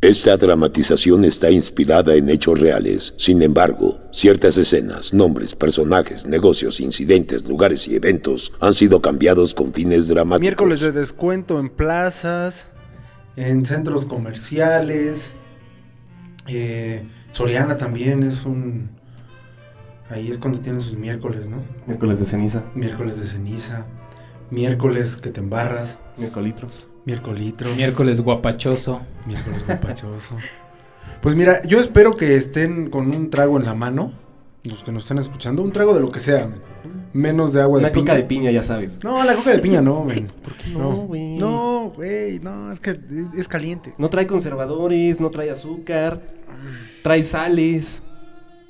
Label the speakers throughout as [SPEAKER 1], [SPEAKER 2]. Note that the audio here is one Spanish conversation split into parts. [SPEAKER 1] Esta dramatización está inspirada en hechos reales. Sin embargo, ciertas escenas, nombres, personajes, negocios, incidentes, lugares y eventos han sido cambiados con fines dramáticos.
[SPEAKER 2] Miércoles de descuento en plazas, en centros comerciales. eh, Soriana también es un... Ahí es cuando tienen sus miércoles, ¿no?
[SPEAKER 3] Miércoles de ceniza,
[SPEAKER 2] Miércoles de ceniza, miércoles que te embarras,
[SPEAKER 3] miércolitros.
[SPEAKER 2] miércolitros.
[SPEAKER 4] Miércoles guapachoso.
[SPEAKER 2] Miércoles guapachoso. Pues mira, yo espero que estén con un trago en la mano, los que nos están escuchando, un trago de lo que sea, men. menos de agua de
[SPEAKER 3] Una
[SPEAKER 2] piña.
[SPEAKER 3] coca de piña, ya sabes.
[SPEAKER 2] No, la coca de piña no, men. ¿Por qué
[SPEAKER 3] no, güey?
[SPEAKER 2] No, güey, no, es que es caliente.
[SPEAKER 3] No trae conservadores, no trae azúcar, trae sales.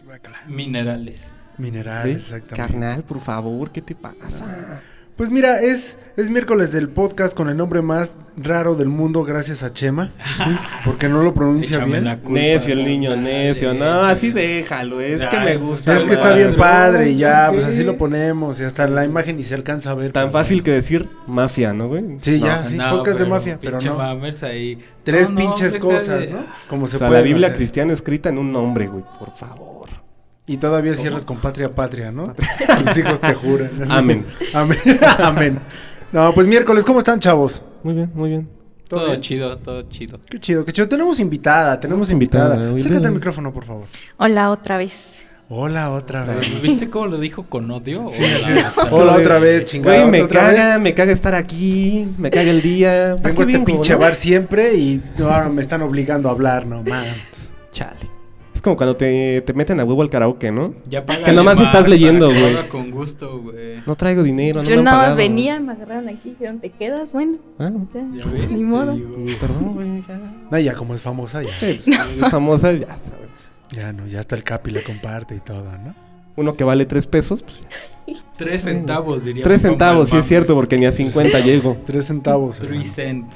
[SPEAKER 2] Guácala.
[SPEAKER 4] Minerales.
[SPEAKER 2] Mineral,
[SPEAKER 3] ¿Ves?
[SPEAKER 2] exactamente.
[SPEAKER 3] Carnal, por favor, ¿qué te pasa?
[SPEAKER 2] Pues mira, es, es miércoles del podcast con el nombre más raro del mundo, gracias a Chema, ¿sí? porque no lo pronuncia
[SPEAKER 4] Échame
[SPEAKER 2] bien.
[SPEAKER 4] la culpa.
[SPEAKER 3] Necio el niño, necio. No,
[SPEAKER 4] Échame.
[SPEAKER 3] así déjalo, es que
[SPEAKER 4] Ay,
[SPEAKER 3] me
[SPEAKER 4] pues,
[SPEAKER 3] gusta.
[SPEAKER 2] Es que está
[SPEAKER 3] más.
[SPEAKER 2] bien padre y ya,
[SPEAKER 3] No,
[SPEAKER 2] pues
[SPEAKER 3] ¿qué?
[SPEAKER 2] así lo ponemos y hasta la imagen ni se alcanza a ver.
[SPEAKER 3] Tan fácil que decir mafia, ¿no, güey?
[SPEAKER 2] Sí,
[SPEAKER 3] No.
[SPEAKER 2] ya, Ah, sí, podcast de
[SPEAKER 4] pero
[SPEAKER 2] mafia, pero
[SPEAKER 4] pinche
[SPEAKER 2] no.
[SPEAKER 4] mamers ahí.
[SPEAKER 2] Tres
[SPEAKER 4] No, no,
[SPEAKER 2] pinches
[SPEAKER 4] deja
[SPEAKER 2] cosas,
[SPEAKER 4] de-
[SPEAKER 2] ¿no? Como se
[SPEAKER 3] O sea,
[SPEAKER 2] puede.
[SPEAKER 3] la Biblia
[SPEAKER 2] hacer.
[SPEAKER 3] cristiana escrita en un nombre, güey, por favor.
[SPEAKER 2] Y todavía cierras con patria, patria, ¿no? Tus hijos te juran. así.
[SPEAKER 3] Amén.
[SPEAKER 2] Amén. Amén. No, pues miércoles, ¿cómo están, chavos?
[SPEAKER 3] Muy bien, muy bien.
[SPEAKER 2] ¿Todo
[SPEAKER 4] Todo
[SPEAKER 2] bien?
[SPEAKER 4] chido, todo chido.
[SPEAKER 2] Qué chido, qué chido. Tenemos invitada, tenemos invitada.
[SPEAKER 3] Invitada, oye,
[SPEAKER 2] Acércate
[SPEAKER 3] ven.
[SPEAKER 2] al micrófono, por favor.
[SPEAKER 5] Hola otra vez.
[SPEAKER 2] Hola, otra vez.
[SPEAKER 4] ¿Viste cómo lo dijo con odio? Hola,
[SPEAKER 2] Hola, otra vez, chingada.
[SPEAKER 3] Güey, me
[SPEAKER 2] otra
[SPEAKER 3] caga,
[SPEAKER 2] vez.
[SPEAKER 3] me caga estar aquí, me caga el día. ¿Para
[SPEAKER 2] Vengo a
[SPEAKER 3] qué
[SPEAKER 2] este
[SPEAKER 3] vengo,
[SPEAKER 2] pinche
[SPEAKER 3] no?
[SPEAKER 2] bar siempre y no, ahora me están obligando a hablar, no mames.
[SPEAKER 3] Chale. Es como cuando te, te meten a huevo al karaoke, ¿no?
[SPEAKER 4] Ya
[SPEAKER 3] Que nomás estás leyendo, güey.
[SPEAKER 4] Haga con gusto, güey.
[SPEAKER 3] No traigo dinero, no
[SPEAKER 5] Yo
[SPEAKER 3] me han
[SPEAKER 5] nada más
[SPEAKER 3] pagado.
[SPEAKER 5] venía, me agarraron aquí, dijeron, ¿te quedas? Bueno,
[SPEAKER 3] Ah,
[SPEAKER 5] ya.
[SPEAKER 4] ¿Ya ves?
[SPEAKER 5] Ni
[SPEAKER 4] Te
[SPEAKER 5] modo.
[SPEAKER 4] digo.
[SPEAKER 3] perdón, güey, ya.
[SPEAKER 2] No, ya como es famosa, ya.
[SPEAKER 3] Sí, pues, es famosa, ya sabemos.
[SPEAKER 2] Ya no, ya hasta el Capi la comparte y todo, ¿no?
[SPEAKER 3] Uno que vale tres pesos, pues,
[SPEAKER 4] Tres centavos, diría.
[SPEAKER 3] tres
[SPEAKER 4] mi papá,
[SPEAKER 3] centavos, sí es
[SPEAKER 4] mames.
[SPEAKER 3] cierto, porque ni a 50 llego.
[SPEAKER 2] Tres centavos.
[SPEAKER 4] Three
[SPEAKER 2] hermano.
[SPEAKER 4] cent.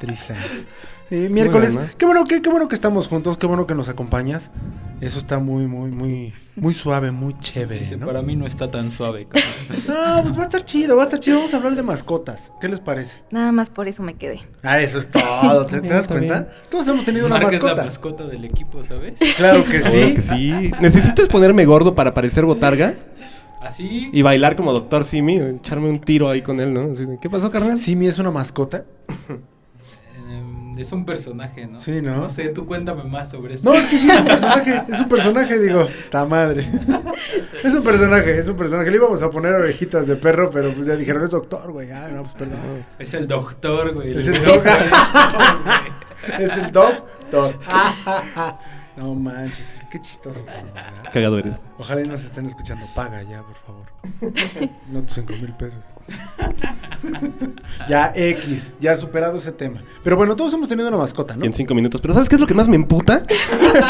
[SPEAKER 2] Three cents. Sí, miércoles.
[SPEAKER 3] Bueno, ¿no?
[SPEAKER 2] Qué bueno, qué, qué bueno que estamos juntos, qué bueno que nos acompañas. Eso está muy, muy, muy, muy suave, muy chévere,
[SPEAKER 4] Dice,
[SPEAKER 2] ¿no?
[SPEAKER 4] para mí no está tan suave, cabrón.
[SPEAKER 2] No, pues va a estar chido, va a estar chido. Vamos a hablar de mascotas. ¿Qué les parece?
[SPEAKER 5] Nada más por eso me quedé.
[SPEAKER 2] Ah, eso es todo. ¿Te, te
[SPEAKER 3] bien,
[SPEAKER 2] das
[SPEAKER 3] está
[SPEAKER 2] cuenta?
[SPEAKER 3] bien.
[SPEAKER 2] Todos hemos tenido una
[SPEAKER 4] Marca es la
[SPEAKER 2] mascota.
[SPEAKER 4] mascota del equipo, ¿sabes?
[SPEAKER 2] Claro que
[SPEAKER 3] Claro
[SPEAKER 2] sí.
[SPEAKER 3] que sí. ¿Necesitas ponerme gordo para parecer botarga?
[SPEAKER 4] Así.
[SPEAKER 3] Y bailar como Doctor Simi, echarme un tiro ahí con él, ¿no? Así de, ¿Qué pasó, carnal?
[SPEAKER 2] Simi es una mascota.
[SPEAKER 4] em, es un personaje, ¿no?
[SPEAKER 2] Sí, ¿no?
[SPEAKER 4] No sé, tú cuéntame más sobre eso.
[SPEAKER 2] No, es que sí es un personaje. Es un personaje, digo. Ta madre. Es un personaje, es un personaje. Le íbamos a poner orejitas de perro, pero pues ya dijeron, es doctor, güey. Ah, no, pues perdón.
[SPEAKER 4] Es el doctor, güey.
[SPEAKER 2] Es el
[SPEAKER 4] güey.
[SPEAKER 2] doctor.
[SPEAKER 4] güey.
[SPEAKER 2] Es el doctor. No manches, qué chistosos somos, ¿verdad?
[SPEAKER 3] Cagado eres.
[SPEAKER 2] Ojalá y nos estén escuchando. Paga ya, por favor. No tus cinco mil pesos. Ya X, ya superado ese tema. Pero bueno, todos hemos tenido una mascota,
[SPEAKER 3] Y
[SPEAKER 2] ¿no?
[SPEAKER 3] en cinco minutos. Pero ¿sabes qué es lo que más me emputa?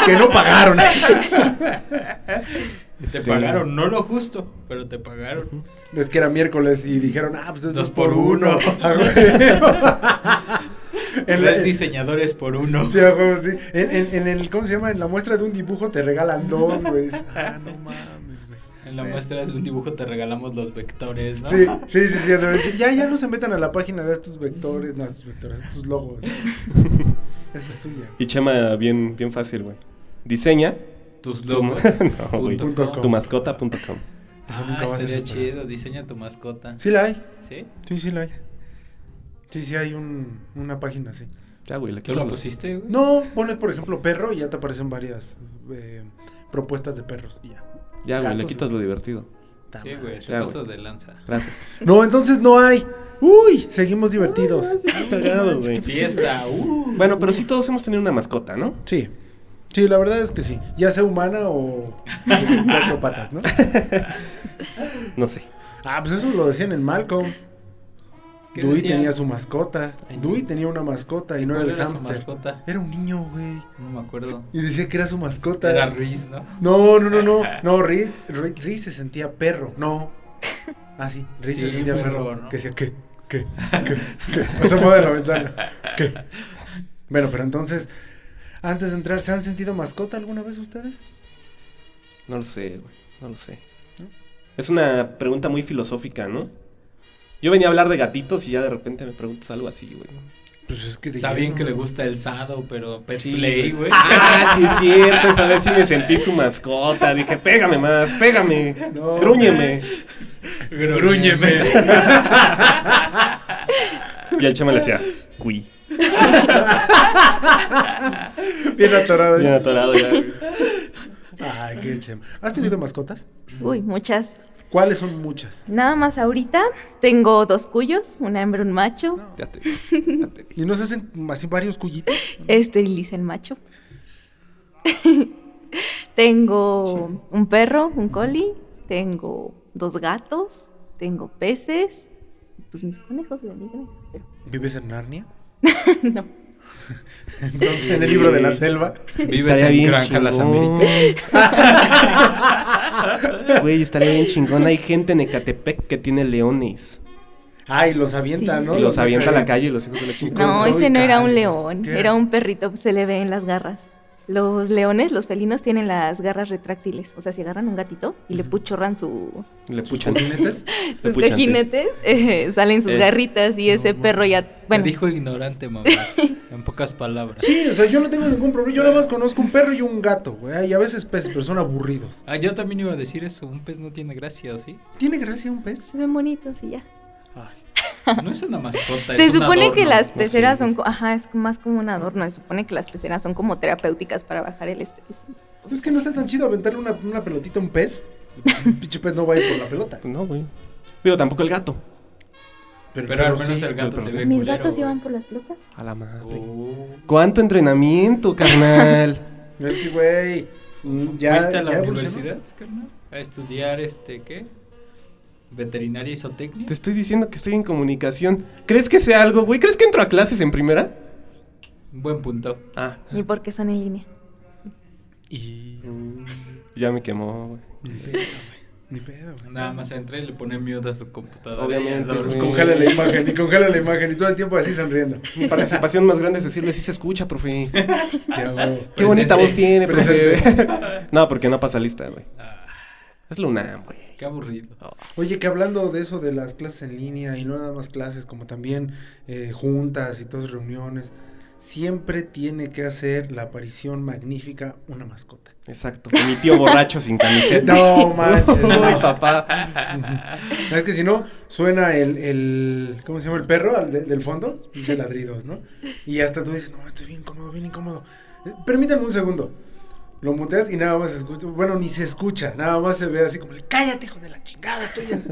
[SPEAKER 2] Que no pagaron.
[SPEAKER 4] Te
[SPEAKER 3] Este,
[SPEAKER 4] pagaron, no lo justo, pero te pagaron.
[SPEAKER 2] Es que era miércoles y dijeron, ah, pues es dos por uno. A huevo. En la-
[SPEAKER 4] Tres diseñadores por uno.
[SPEAKER 2] Sí, a huevo, sí. En, en- en el, ¿cómo se llama? En la muestra de un dibujo te regalan dos, güey. Ah, no mames, güey.
[SPEAKER 4] En la muestra de un dibujo te regalamos los vectores, ¿no?
[SPEAKER 2] Sí, sí, sí, sí, al revés. Ya, ya no se metan a la página de estos vectores, no, estos vectores, estos logos. Eso es tuya.
[SPEAKER 3] Y Chema, bien, bien fácil, güey. Diseña
[SPEAKER 4] Tus
[SPEAKER 3] Tu-
[SPEAKER 4] logos.
[SPEAKER 3] No, güey.
[SPEAKER 4] punto
[SPEAKER 2] Punto
[SPEAKER 4] com.
[SPEAKER 3] tu mascota.com.
[SPEAKER 2] Eso
[SPEAKER 4] Ah,
[SPEAKER 2] nunca va a ser
[SPEAKER 4] estaría
[SPEAKER 2] superado.
[SPEAKER 4] chido, diseña tu mascota.
[SPEAKER 2] Sí la hay,
[SPEAKER 4] ¿Sí?
[SPEAKER 2] sí, sí la hay. Sí, sí hay un, una página así.
[SPEAKER 3] Ya, güey, le
[SPEAKER 4] ¿Tú
[SPEAKER 3] quitas
[SPEAKER 4] lo
[SPEAKER 3] los-
[SPEAKER 4] pusiste, güey?
[SPEAKER 2] No, pone por ejemplo perro y ya te aparecen varias eh, propuestas de perros y ya.
[SPEAKER 3] Ya, güey, le
[SPEAKER 2] Gatos,
[SPEAKER 3] quitas lo divertido.
[SPEAKER 2] Ta
[SPEAKER 4] Sí,
[SPEAKER 2] madre.
[SPEAKER 4] güey, te
[SPEAKER 3] Ya, güey.
[SPEAKER 4] pasas de lanza.
[SPEAKER 3] Gracias.
[SPEAKER 2] No, entonces no hay. Uy, seguimos
[SPEAKER 3] Ah,
[SPEAKER 4] Ah,
[SPEAKER 2] divertidos.
[SPEAKER 3] Cagado, güey.
[SPEAKER 4] Fiesta, uh.
[SPEAKER 3] Bueno, pero sí todos hemos tenido una mascota, ¿no?
[SPEAKER 2] Sí. Sí, la verdad es que sí. Ya sea humana o de cuatro patas, ¿no?
[SPEAKER 3] No sé.
[SPEAKER 2] Ah, pues eso lo decían en Malcolm.
[SPEAKER 4] ¿Qué
[SPEAKER 2] Dewey
[SPEAKER 4] decían?
[SPEAKER 2] tenía su mascota.
[SPEAKER 3] Ay, no.
[SPEAKER 2] Dewey tenía una mascota y no era
[SPEAKER 4] ¿Cuál
[SPEAKER 2] el
[SPEAKER 4] era su
[SPEAKER 2] hámster.
[SPEAKER 4] mascota?
[SPEAKER 2] Era un niño, güey.
[SPEAKER 4] No me acuerdo.
[SPEAKER 2] Y decía que era su mascota.
[SPEAKER 4] Era Riz, ¿no?
[SPEAKER 2] No, no, no, no. No, Riz, Ri- Riz se sentía perro. No. Ah, sí. Riz se
[SPEAKER 4] Sí,
[SPEAKER 2] sentía perro.
[SPEAKER 4] perro, ¿no?
[SPEAKER 2] Que decía, ¿qué? ¿Qué? ¿Qué? ¿Qué? Asomado de la ventana. ¿Qué? Bueno, pero entonces, antes de entrar, ¿se han sentido mascota alguna vez ustedes?
[SPEAKER 3] No lo sé, güey. No lo sé. Es una pregunta muy filosófica, ¿no? Yo venía a hablar de gatitos y ya de repente me preguntas algo así, güey. ¿no?
[SPEAKER 2] Pues es que
[SPEAKER 4] Está bien que le
[SPEAKER 2] dijeron.
[SPEAKER 4] gusta el sado, pero Pet
[SPEAKER 3] Sí,
[SPEAKER 4] Play, güey.
[SPEAKER 3] Ah, sí es cierto, esa vez sí me sentí su mascota. Dije, pégame más, pégame,
[SPEAKER 2] No.
[SPEAKER 3] grúñeme.
[SPEAKER 4] Grúñeme.
[SPEAKER 3] Y el chama le decía, cuí.
[SPEAKER 2] Bien atorado.
[SPEAKER 3] Bien atorado ya.
[SPEAKER 2] Ay, qué chem. ¿Has tenido mascotas?
[SPEAKER 5] Uy, muchas.
[SPEAKER 2] ¿Cuáles son muchas?
[SPEAKER 5] Nada más ahorita tengo dos cuyos, una hembra, un macho.
[SPEAKER 3] Ya te vi, ya te vi.
[SPEAKER 2] ¿Y nos hacen así varios cuyitos?
[SPEAKER 5] Esteriliza Este, el macho. tengo un perro, un collie. Tengo dos gatos. Tengo peces. Pues mis conejos de la liga.
[SPEAKER 2] ¿Vives en Narnia?
[SPEAKER 5] No.
[SPEAKER 2] Entonces, en el libro de la selva.
[SPEAKER 4] Vives
[SPEAKER 3] Estaría
[SPEAKER 4] en
[SPEAKER 3] bien
[SPEAKER 4] Granja Las
[SPEAKER 3] chingón.
[SPEAKER 4] Américas.
[SPEAKER 3] Güey, estaría bien chingón. Hay gente en Ecatepec que tiene leones.
[SPEAKER 2] Ay, los avienta,
[SPEAKER 5] Sí.
[SPEAKER 2] ¿no?
[SPEAKER 3] y los avienta a la
[SPEAKER 2] deja-
[SPEAKER 3] calle y los hijos de la chingada.
[SPEAKER 5] No,
[SPEAKER 2] Control
[SPEAKER 5] ese no era un
[SPEAKER 2] cáliz.
[SPEAKER 5] león,
[SPEAKER 2] ¿Qué
[SPEAKER 5] era un perrito, se le ve en las garras. Los leones, los felinos, tienen las garras retráctiles. O sea, si agarran un gatito y le puchorran su,
[SPEAKER 3] Le
[SPEAKER 2] ¿Sus
[SPEAKER 3] puchan.
[SPEAKER 2] juguetes?
[SPEAKER 5] sus
[SPEAKER 3] puchan, sí.
[SPEAKER 5] pejinetes, eh, salen sus
[SPEAKER 3] Eh.
[SPEAKER 5] garritas y ese perro ya.
[SPEAKER 4] Me
[SPEAKER 5] Bueno,
[SPEAKER 4] dijo ignorante, mamá. En pocas palabras.
[SPEAKER 2] Sí, o sea, yo no tengo ningún problema. Yo nada más conozco un perro y un gato, güey. Y a veces peces, pero son aburridos.
[SPEAKER 4] Ah, yo también iba a decir eso. Un pez no tiene gracia, ¿o sí?
[SPEAKER 2] ¿Tiene gracia un pez?
[SPEAKER 5] se ven bonitos y ya.
[SPEAKER 2] Ay.
[SPEAKER 4] No es una mascota.
[SPEAKER 5] se
[SPEAKER 4] es un
[SPEAKER 5] supone que
[SPEAKER 4] adorno.
[SPEAKER 5] las
[SPEAKER 3] sí.
[SPEAKER 5] peceras son. co- Ajá, es más como un adorno. Se supone que las peceras son como terapéuticas para bajar el estrés.
[SPEAKER 2] pues Es que no está tan chido aventarle una, una pelotita a un pez. El pinche pez no va a ir por la pelota.
[SPEAKER 3] No, güey. Digo, tampoco el gato.
[SPEAKER 4] Pero,
[SPEAKER 2] pero
[SPEAKER 4] al menos
[SPEAKER 2] sí,
[SPEAKER 4] el gato
[SPEAKER 3] pero
[SPEAKER 4] te
[SPEAKER 3] sí.
[SPEAKER 4] ve
[SPEAKER 5] Mis
[SPEAKER 4] culero,
[SPEAKER 5] gatos
[SPEAKER 4] güey.
[SPEAKER 5] iban por las plumas.
[SPEAKER 3] A la madre.
[SPEAKER 4] Oh.
[SPEAKER 3] ¿Cuánto entrenamiento, carnal?
[SPEAKER 2] Es que, güey. mm, Ya,
[SPEAKER 4] ¿Fuiste a la
[SPEAKER 2] ya evolucionó.
[SPEAKER 4] universidad, carnal? A estudiar, este, ¿qué? Veterinaria y zootecnia.
[SPEAKER 3] Te estoy diciendo que estoy en comunicación. ¿Crees que sea algo, güey? ¿Crees que entro a clases en primera?
[SPEAKER 4] Buen punto.
[SPEAKER 3] Ah.
[SPEAKER 5] Y porque son en línea.
[SPEAKER 2] Y.
[SPEAKER 3] Mm, Ya me quemó, güey.
[SPEAKER 2] Ni pedo, güey. Ni pedo, güey.
[SPEAKER 4] Nada más entra y le pone miedo a su computadora.
[SPEAKER 3] Obviamente,
[SPEAKER 4] y al-
[SPEAKER 3] güey.
[SPEAKER 2] Congela la imagen, y congela la imagen, y todo el tiempo así sonriendo.
[SPEAKER 3] Mi participación más grande es decirle, sí se escucha, profe. Qué
[SPEAKER 2] Ya, güey.
[SPEAKER 4] Presente.
[SPEAKER 3] bonita voz tiene,
[SPEAKER 2] Presente.
[SPEAKER 3] profe. no, porque no pasa lista, güey.
[SPEAKER 4] Ah,
[SPEAKER 3] Es Luna, güey.
[SPEAKER 4] qué aburrido.
[SPEAKER 2] Oye, que hablando de eso de las clases en línea y no nada más clases, como también eh, juntas y todas reuniones, siempre tiene que hacer la aparición magnífica una mascota.
[SPEAKER 3] Exacto. Mi tío borracho sin camiseta.
[SPEAKER 2] No manches,
[SPEAKER 3] Uy,
[SPEAKER 2] no.
[SPEAKER 3] papá.
[SPEAKER 2] Es que si no, suena el, el ¿cómo se llama? El perro al de- del fondo, dice ladridos, ¿no? Y hasta tú dices, no, estoy bien incómodo, bien incómodo. Eh, Permítanme un segundo. Lo muteas y nada más se escucha, bueno, ni se escucha, nada más se ve así como, cállate, hijo de la chingada, estoy en-".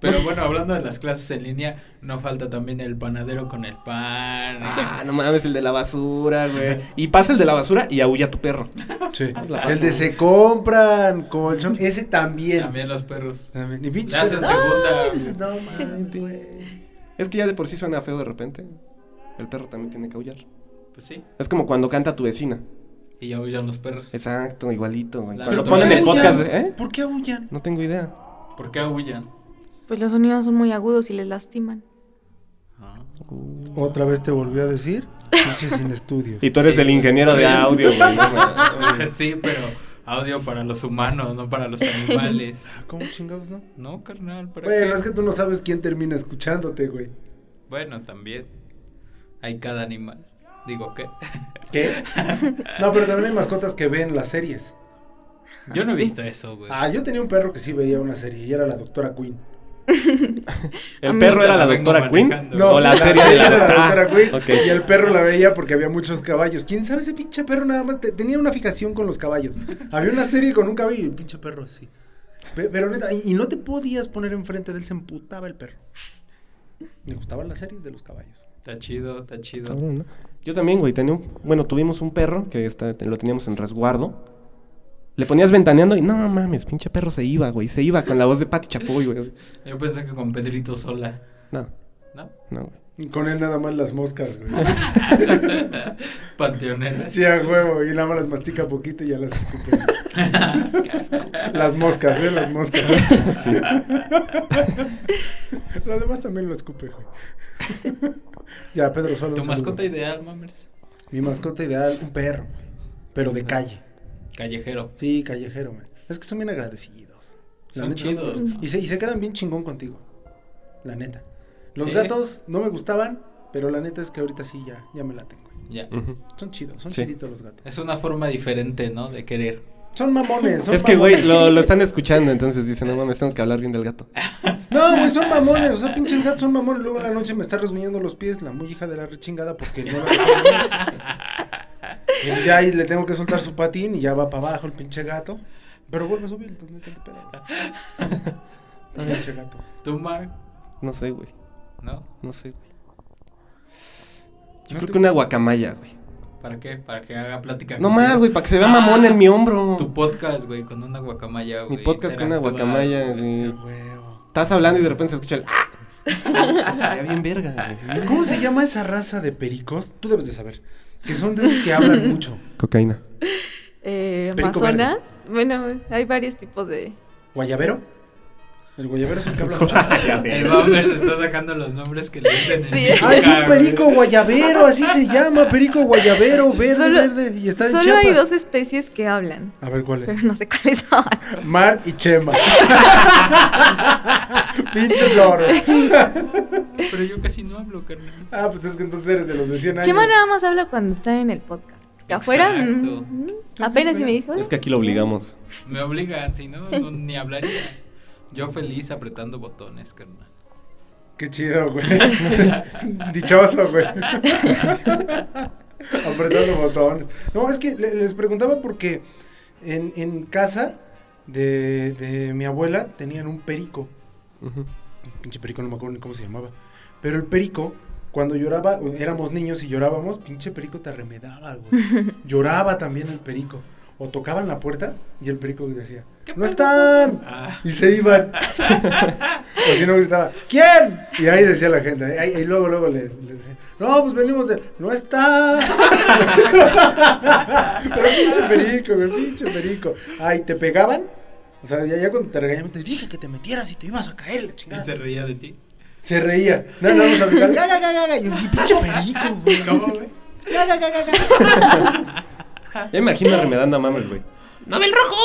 [SPEAKER 2] Pues-
[SPEAKER 4] Pero bueno, hablando de las clases en línea, no falta también el panadero con el pan.
[SPEAKER 3] Ah, no mames, el de la basura, güey. Y pasa el de la basura y aúlla tu perro.
[SPEAKER 2] Sí.
[SPEAKER 3] La
[SPEAKER 2] El de
[SPEAKER 3] pasan.
[SPEAKER 2] se compran colchón, ese también.
[SPEAKER 4] También los perros.
[SPEAKER 2] También. Y pinche
[SPEAKER 4] Le hacen
[SPEAKER 2] perro,
[SPEAKER 4] segunda.
[SPEAKER 2] "Ay", dices, no mames, güey.
[SPEAKER 3] Es que ya de por sí suena feo de repente. El perro también tiene que aullar.
[SPEAKER 4] Pues sí.
[SPEAKER 3] Es como cuando canta tu vecina.
[SPEAKER 4] Y ya huyan los perros.
[SPEAKER 3] Exacto, igualito, güey.
[SPEAKER 4] La
[SPEAKER 3] Cuando
[SPEAKER 4] neta,
[SPEAKER 3] ponen
[SPEAKER 4] ¿por
[SPEAKER 3] el
[SPEAKER 4] qué
[SPEAKER 3] podcast, de-
[SPEAKER 2] aullan?
[SPEAKER 3] ¿eh?
[SPEAKER 2] ¿Por qué aullan?
[SPEAKER 3] No tengo idea.
[SPEAKER 4] ¿Por qué huyan?
[SPEAKER 5] Pues los sonidos son muy agudos y les lastiman.
[SPEAKER 2] Otra vez te volví a decir, pinche sin estudios.
[SPEAKER 3] Y tú eres
[SPEAKER 4] Sí.
[SPEAKER 3] el ingeniero de audio, güey.
[SPEAKER 4] sí, pero audio para los humanos, no para los animales.
[SPEAKER 2] Ah, ¿Cómo chingados, no?
[SPEAKER 4] No, carnal. ¿para
[SPEAKER 2] Bueno,
[SPEAKER 4] qué?
[SPEAKER 2] es que tú no sabes quién termina escuchándote, güey.
[SPEAKER 4] Bueno, también. Hay cada animal. Digo, ¿qué?
[SPEAKER 2] Ah, ¿Qué? No, pero también hay mascotas que ven las series.
[SPEAKER 4] Yo no he
[SPEAKER 5] sí.
[SPEAKER 4] visto eso, güey.
[SPEAKER 2] Ah, yo tenía un perro que sí veía una serie y era la doctora Queen.
[SPEAKER 5] A
[SPEAKER 3] ¿El
[SPEAKER 5] mí
[SPEAKER 3] perro
[SPEAKER 4] me
[SPEAKER 3] era
[SPEAKER 4] la
[SPEAKER 3] la
[SPEAKER 4] vengo
[SPEAKER 3] doctora Queen?
[SPEAKER 4] manejando. No,
[SPEAKER 3] o la, serie de la,
[SPEAKER 2] doctora Queen.
[SPEAKER 3] Ah, ok.
[SPEAKER 2] Y el perro la veía porque había muchos caballos. ¿Quién sabe ese pinche perro nada más? te- tenía una fijación con los caballos. Había una serie con un caballo y el pinche perro así. Pe- Pero neta, y y no te podías poner enfrente de él, se emputaba el perro. Me gustaban las series de los caballos.
[SPEAKER 4] Está chido, está chido.
[SPEAKER 3] Cabrón, ¿no? Yo también, güey. Tenía un- bueno, tuvimos un perro que está- te- lo teníamos en resguardo. Le ponías ventaneando y no mames, pinche perro se iba, güey. Se iba con la voz de Pati Chapoy, güey.
[SPEAKER 4] Yo pensé que con Pedrito sola,
[SPEAKER 3] No,
[SPEAKER 4] ¿no?
[SPEAKER 3] no, güey.
[SPEAKER 2] Y Con él nada más las moscas, güey.
[SPEAKER 4] Panteonera.
[SPEAKER 2] Sí, a huevo. Y nada más las mastica poquito y ya las escupe. las moscas, ¿eh? Las moscas. lo demás también lo escupe, güey. ya, Pedro, solo un
[SPEAKER 4] Tu
[SPEAKER 2] saludo.
[SPEAKER 4] mascota ideal, mamers.
[SPEAKER 2] Mi mascota ideal, un perro, güey, pero de calle.
[SPEAKER 4] Callejero.
[SPEAKER 2] Sí, callejero, güey. Es que son bien agradecidos. La
[SPEAKER 4] Son
[SPEAKER 2] neta,
[SPEAKER 4] chidos. ¿no?
[SPEAKER 2] Y se, y se quedan bien chingón contigo. La neta. Los
[SPEAKER 4] Sí.
[SPEAKER 2] gatos no me gustaban, Pero la neta es que ahorita sí ya, ya me la tengo.
[SPEAKER 4] Ya.
[SPEAKER 3] Ujú.
[SPEAKER 2] Son chidos, son
[SPEAKER 3] Sí.
[SPEAKER 2] chiditos los gatos.
[SPEAKER 4] Es una forma diferente, ¿no? De querer.
[SPEAKER 2] Son mamones, son
[SPEAKER 3] Es que, güey,
[SPEAKER 2] mamones.
[SPEAKER 3] lo, lo están escuchando, entonces dicen, no mames, tengo que hablar bien del gato.
[SPEAKER 2] No, güey, son mamones, o sea, pinches gatos son mamones. Luego en la noche me está rasguñando los pies, la muy hija de la rechingada, porque no la Y Ya ahí le tengo que soltar su patín y ya va para abajo el pinche gato. Pero vuelve a subir, entonces no hay tanto pedo. güey. Pinche gato.
[SPEAKER 4] ¿Tú, Mark?
[SPEAKER 3] No sé, güey.
[SPEAKER 4] ¿No?
[SPEAKER 3] No sé, güey. Yo
[SPEAKER 2] No
[SPEAKER 3] creo
[SPEAKER 2] te-
[SPEAKER 3] que una guacamaya, güey.
[SPEAKER 4] ¿Para qué? Para que haga plática.
[SPEAKER 3] No
[SPEAKER 4] contigo.
[SPEAKER 3] más, güey, para que se vea
[SPEAKER 4] Ah,
[SPEAKER 3] mamón en mi hombro.
[SPEAKER 4] Tu podcast, güey, con una guacamaya, güey.
[SPEAKER 3] Mi podcast con una
[SPEAKER 4] interactuar,
[SPEAKER 3] guacamaya, güey.
[SPEAKER 2] Huevo.
[SPEAKER 3] Estás hablando y de repente se escucha el. ¡ah! Estaría bien verga, güey.
[SPEAKER 2] ¿Cómo se llama esa raza de pericos? Tú debes de saber. Que son de esos que hablan mucho.
[SPEAKER 3] Cocaína.
[SPEAKER 5] Eh,
[SPEAKER 2] Perico verde.
[SPEAKER 5] Amazonas. Bueno, hay varios tipos de.
[SPEAKER 2] ¿Guayabero? El guayabero es el que habla mucho.
[SPEAKER 4] El Bumper se está sacando los nombres que le dicen. en
[SPEAKER 5] Sí.
[SPEAKER 4] el
[SPEAKER 2] Hay Ah, un
[SPEAKER 4] lugar,
[SPEAKER 2] perico
[SPEAKER 4] güey.
[SPEAKER 2] guayabero, así se llama, perico guayabero, verde,
[SPEAKER 5] Solo-
[SPEAKER 2] verde, y está en
[SPEAKER 5] Solo hay
[SPEAKER 2] Chiapas.
[SPEAKER 5] dos especies que hablan.
[SPEAKER 2] A ver cuál
[SPEAKER 5] Pero
[SPEAKER 2] es.
[SPEAKER 5] no sé cuáles son.
[SPEAKER 2] Mar y Chema. Pinches loros.
[SPEAKER 4] Pero yo casi no hablo, carnal.
[SPEAKER 2] Ah, pues es que entonces eres de los de 100 años.
[SPEAKER 5] Chema nada más habla cuando está en el podcast. Porque afuera.
[SPEAKER 4] Exacto.
[SPEAKER 5] mm, mm, apenas si me dice. "Hola".
[SPEAKER 3] Es que aquí lo obligamos.
[SPEAKER 4] Me obligan, si no, no, ni hablaría. Yo feliz apretando botones, carnal.
[SPEAKER 2] Qué chido, güey. Dichoso, güey. Apretando botones. No, es que le- les preguntaba porque en, en casa de, de mi abuela tenían un perico.
[SPEAKER 3] Ujú.
[SPEAKER 2] Un pinche perico, no me acuerdo ni cómo se llamaba. Pero el perico, cuando lloraba, éramos niños y llorábamos, pinche perico te arremedaba, güey. Lloraba también el perico. O tocaban la puerta y el perico decía, ¡No están!
[SPEAKER 4] Ah,
[SPEAKER 2] Y se iban. o si no gritaba, ¿quién? Y ahí decía la gente. ahí- ahí- Y, luego, luego les, les decía, no, pues venimos de. ¡No está! Pero pinche perico, güey, pinche perico. Ay, te pegaban. O sea, ya, ya cuando te regañaban, te dije que te metieras y te ibas a caer, la
[SPEAKER 4] y
[SPEAKER 2] chingada.
[SPEAKER 4] se reía de ti.
[SPEAKER 2] Se reía. No, no, vamos a jugar. Ga, ga, ga, ga, ga. Y yo, "Y pinche perico, güey.
[SPEAKER 4] ¿Cómo, güey?
[SPEAKER 2] Ga, ga, ga, ga, ga.
[SPEAKER 3] Ya me imagino remedando a mames, güey.
[SPEAKER 5] ¡No ve el rojo!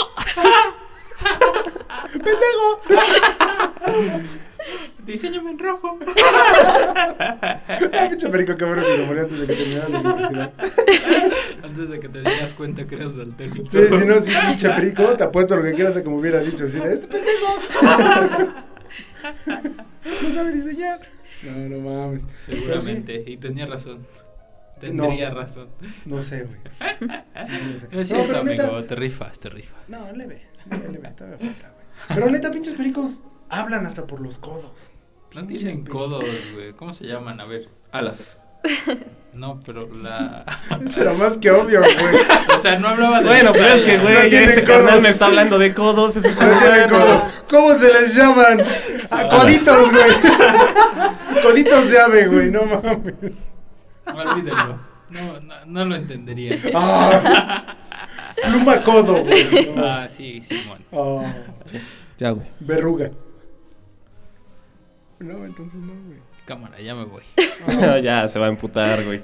[SPEAKER 2] ¡Pendejo!
[SPEAKER 4] Diseñame en rojo.
[SPEAKER 2] Ay, pinche perico, qué bueno que se murió antes de que terminara la universidad.
[SPEAKER 4] Antes de que te dieras cuenta que eras daltónico.
[SPEAKER 2] Sí, si no, si es pinche perico, te apuesto lo que quieras a como hubiera dicho. Así de, este pendejo. no sabe diseñar. No, no mames.
[SPEAKER 4] Seguramente. Y tenía razón. Tendría razón.
[SPEAKER 2] Pero sí, no sé, güey. No, sé.
[SPEAKER 4] No es
[SPEAKER 2] No,
[SPEAKER 4] cierto,
[SPEAKER 2] pero
[SPEAKER 4] amigo.
[SPEAKER 2] neta.
[SPEAKER 4] Te rifas, te rifas.
[SPEAKER 2] No, leve. Leve, leve. Estaba falta, güey. Pero neta, pinches pericos hablan hasta por los codos.
[SPEAKER 4] No
[SPEAKER 2] Pinches
[SPEAKER 4] tienen
[SPEAKER 2] pericos.
[SPEAKER 4] codos, güey. ¿Cómo se llaman? A ver.
[SPEAKER 3] Alas.
[SPEAKER 4] No, pero la.
[SPEAKER 2] Eso era más que obvio, güey.
[SPEAKER 4] o sea, no hablaba de.
[SPEAKER 3] Bueno, pero es que, güey,
[SPEAKER 2] No tienen
[SPEAKER 3] este
[SPEAKER 2] codos.
[SPEAKER 3] carnal me está hablando de codos. Eso es
[SPEAKER 2] No tienen
[SPEAKER 3] bueno.
[SPEAKER 2] codos. ¿Cómo se les llaman? A coditos, güey. Coditos de ave, güey, no mames.
[SPEAKER 4] Olvídenlo. No, no, no lo entendería.
[SPEAKER 2] Ah. pluma codo, güey. no.
[SPEAKER 4] Ah, sí, Simón.
[SPEAKER 2] Ah,
[SPEAKER 3] Ya, güey.
[SPEAKER 2] verruga. No, entonces no, güey.
[SPEAKER 4] Cámara, ya me voy.
[SPEAKER 3] ya, se va a emputar, güey.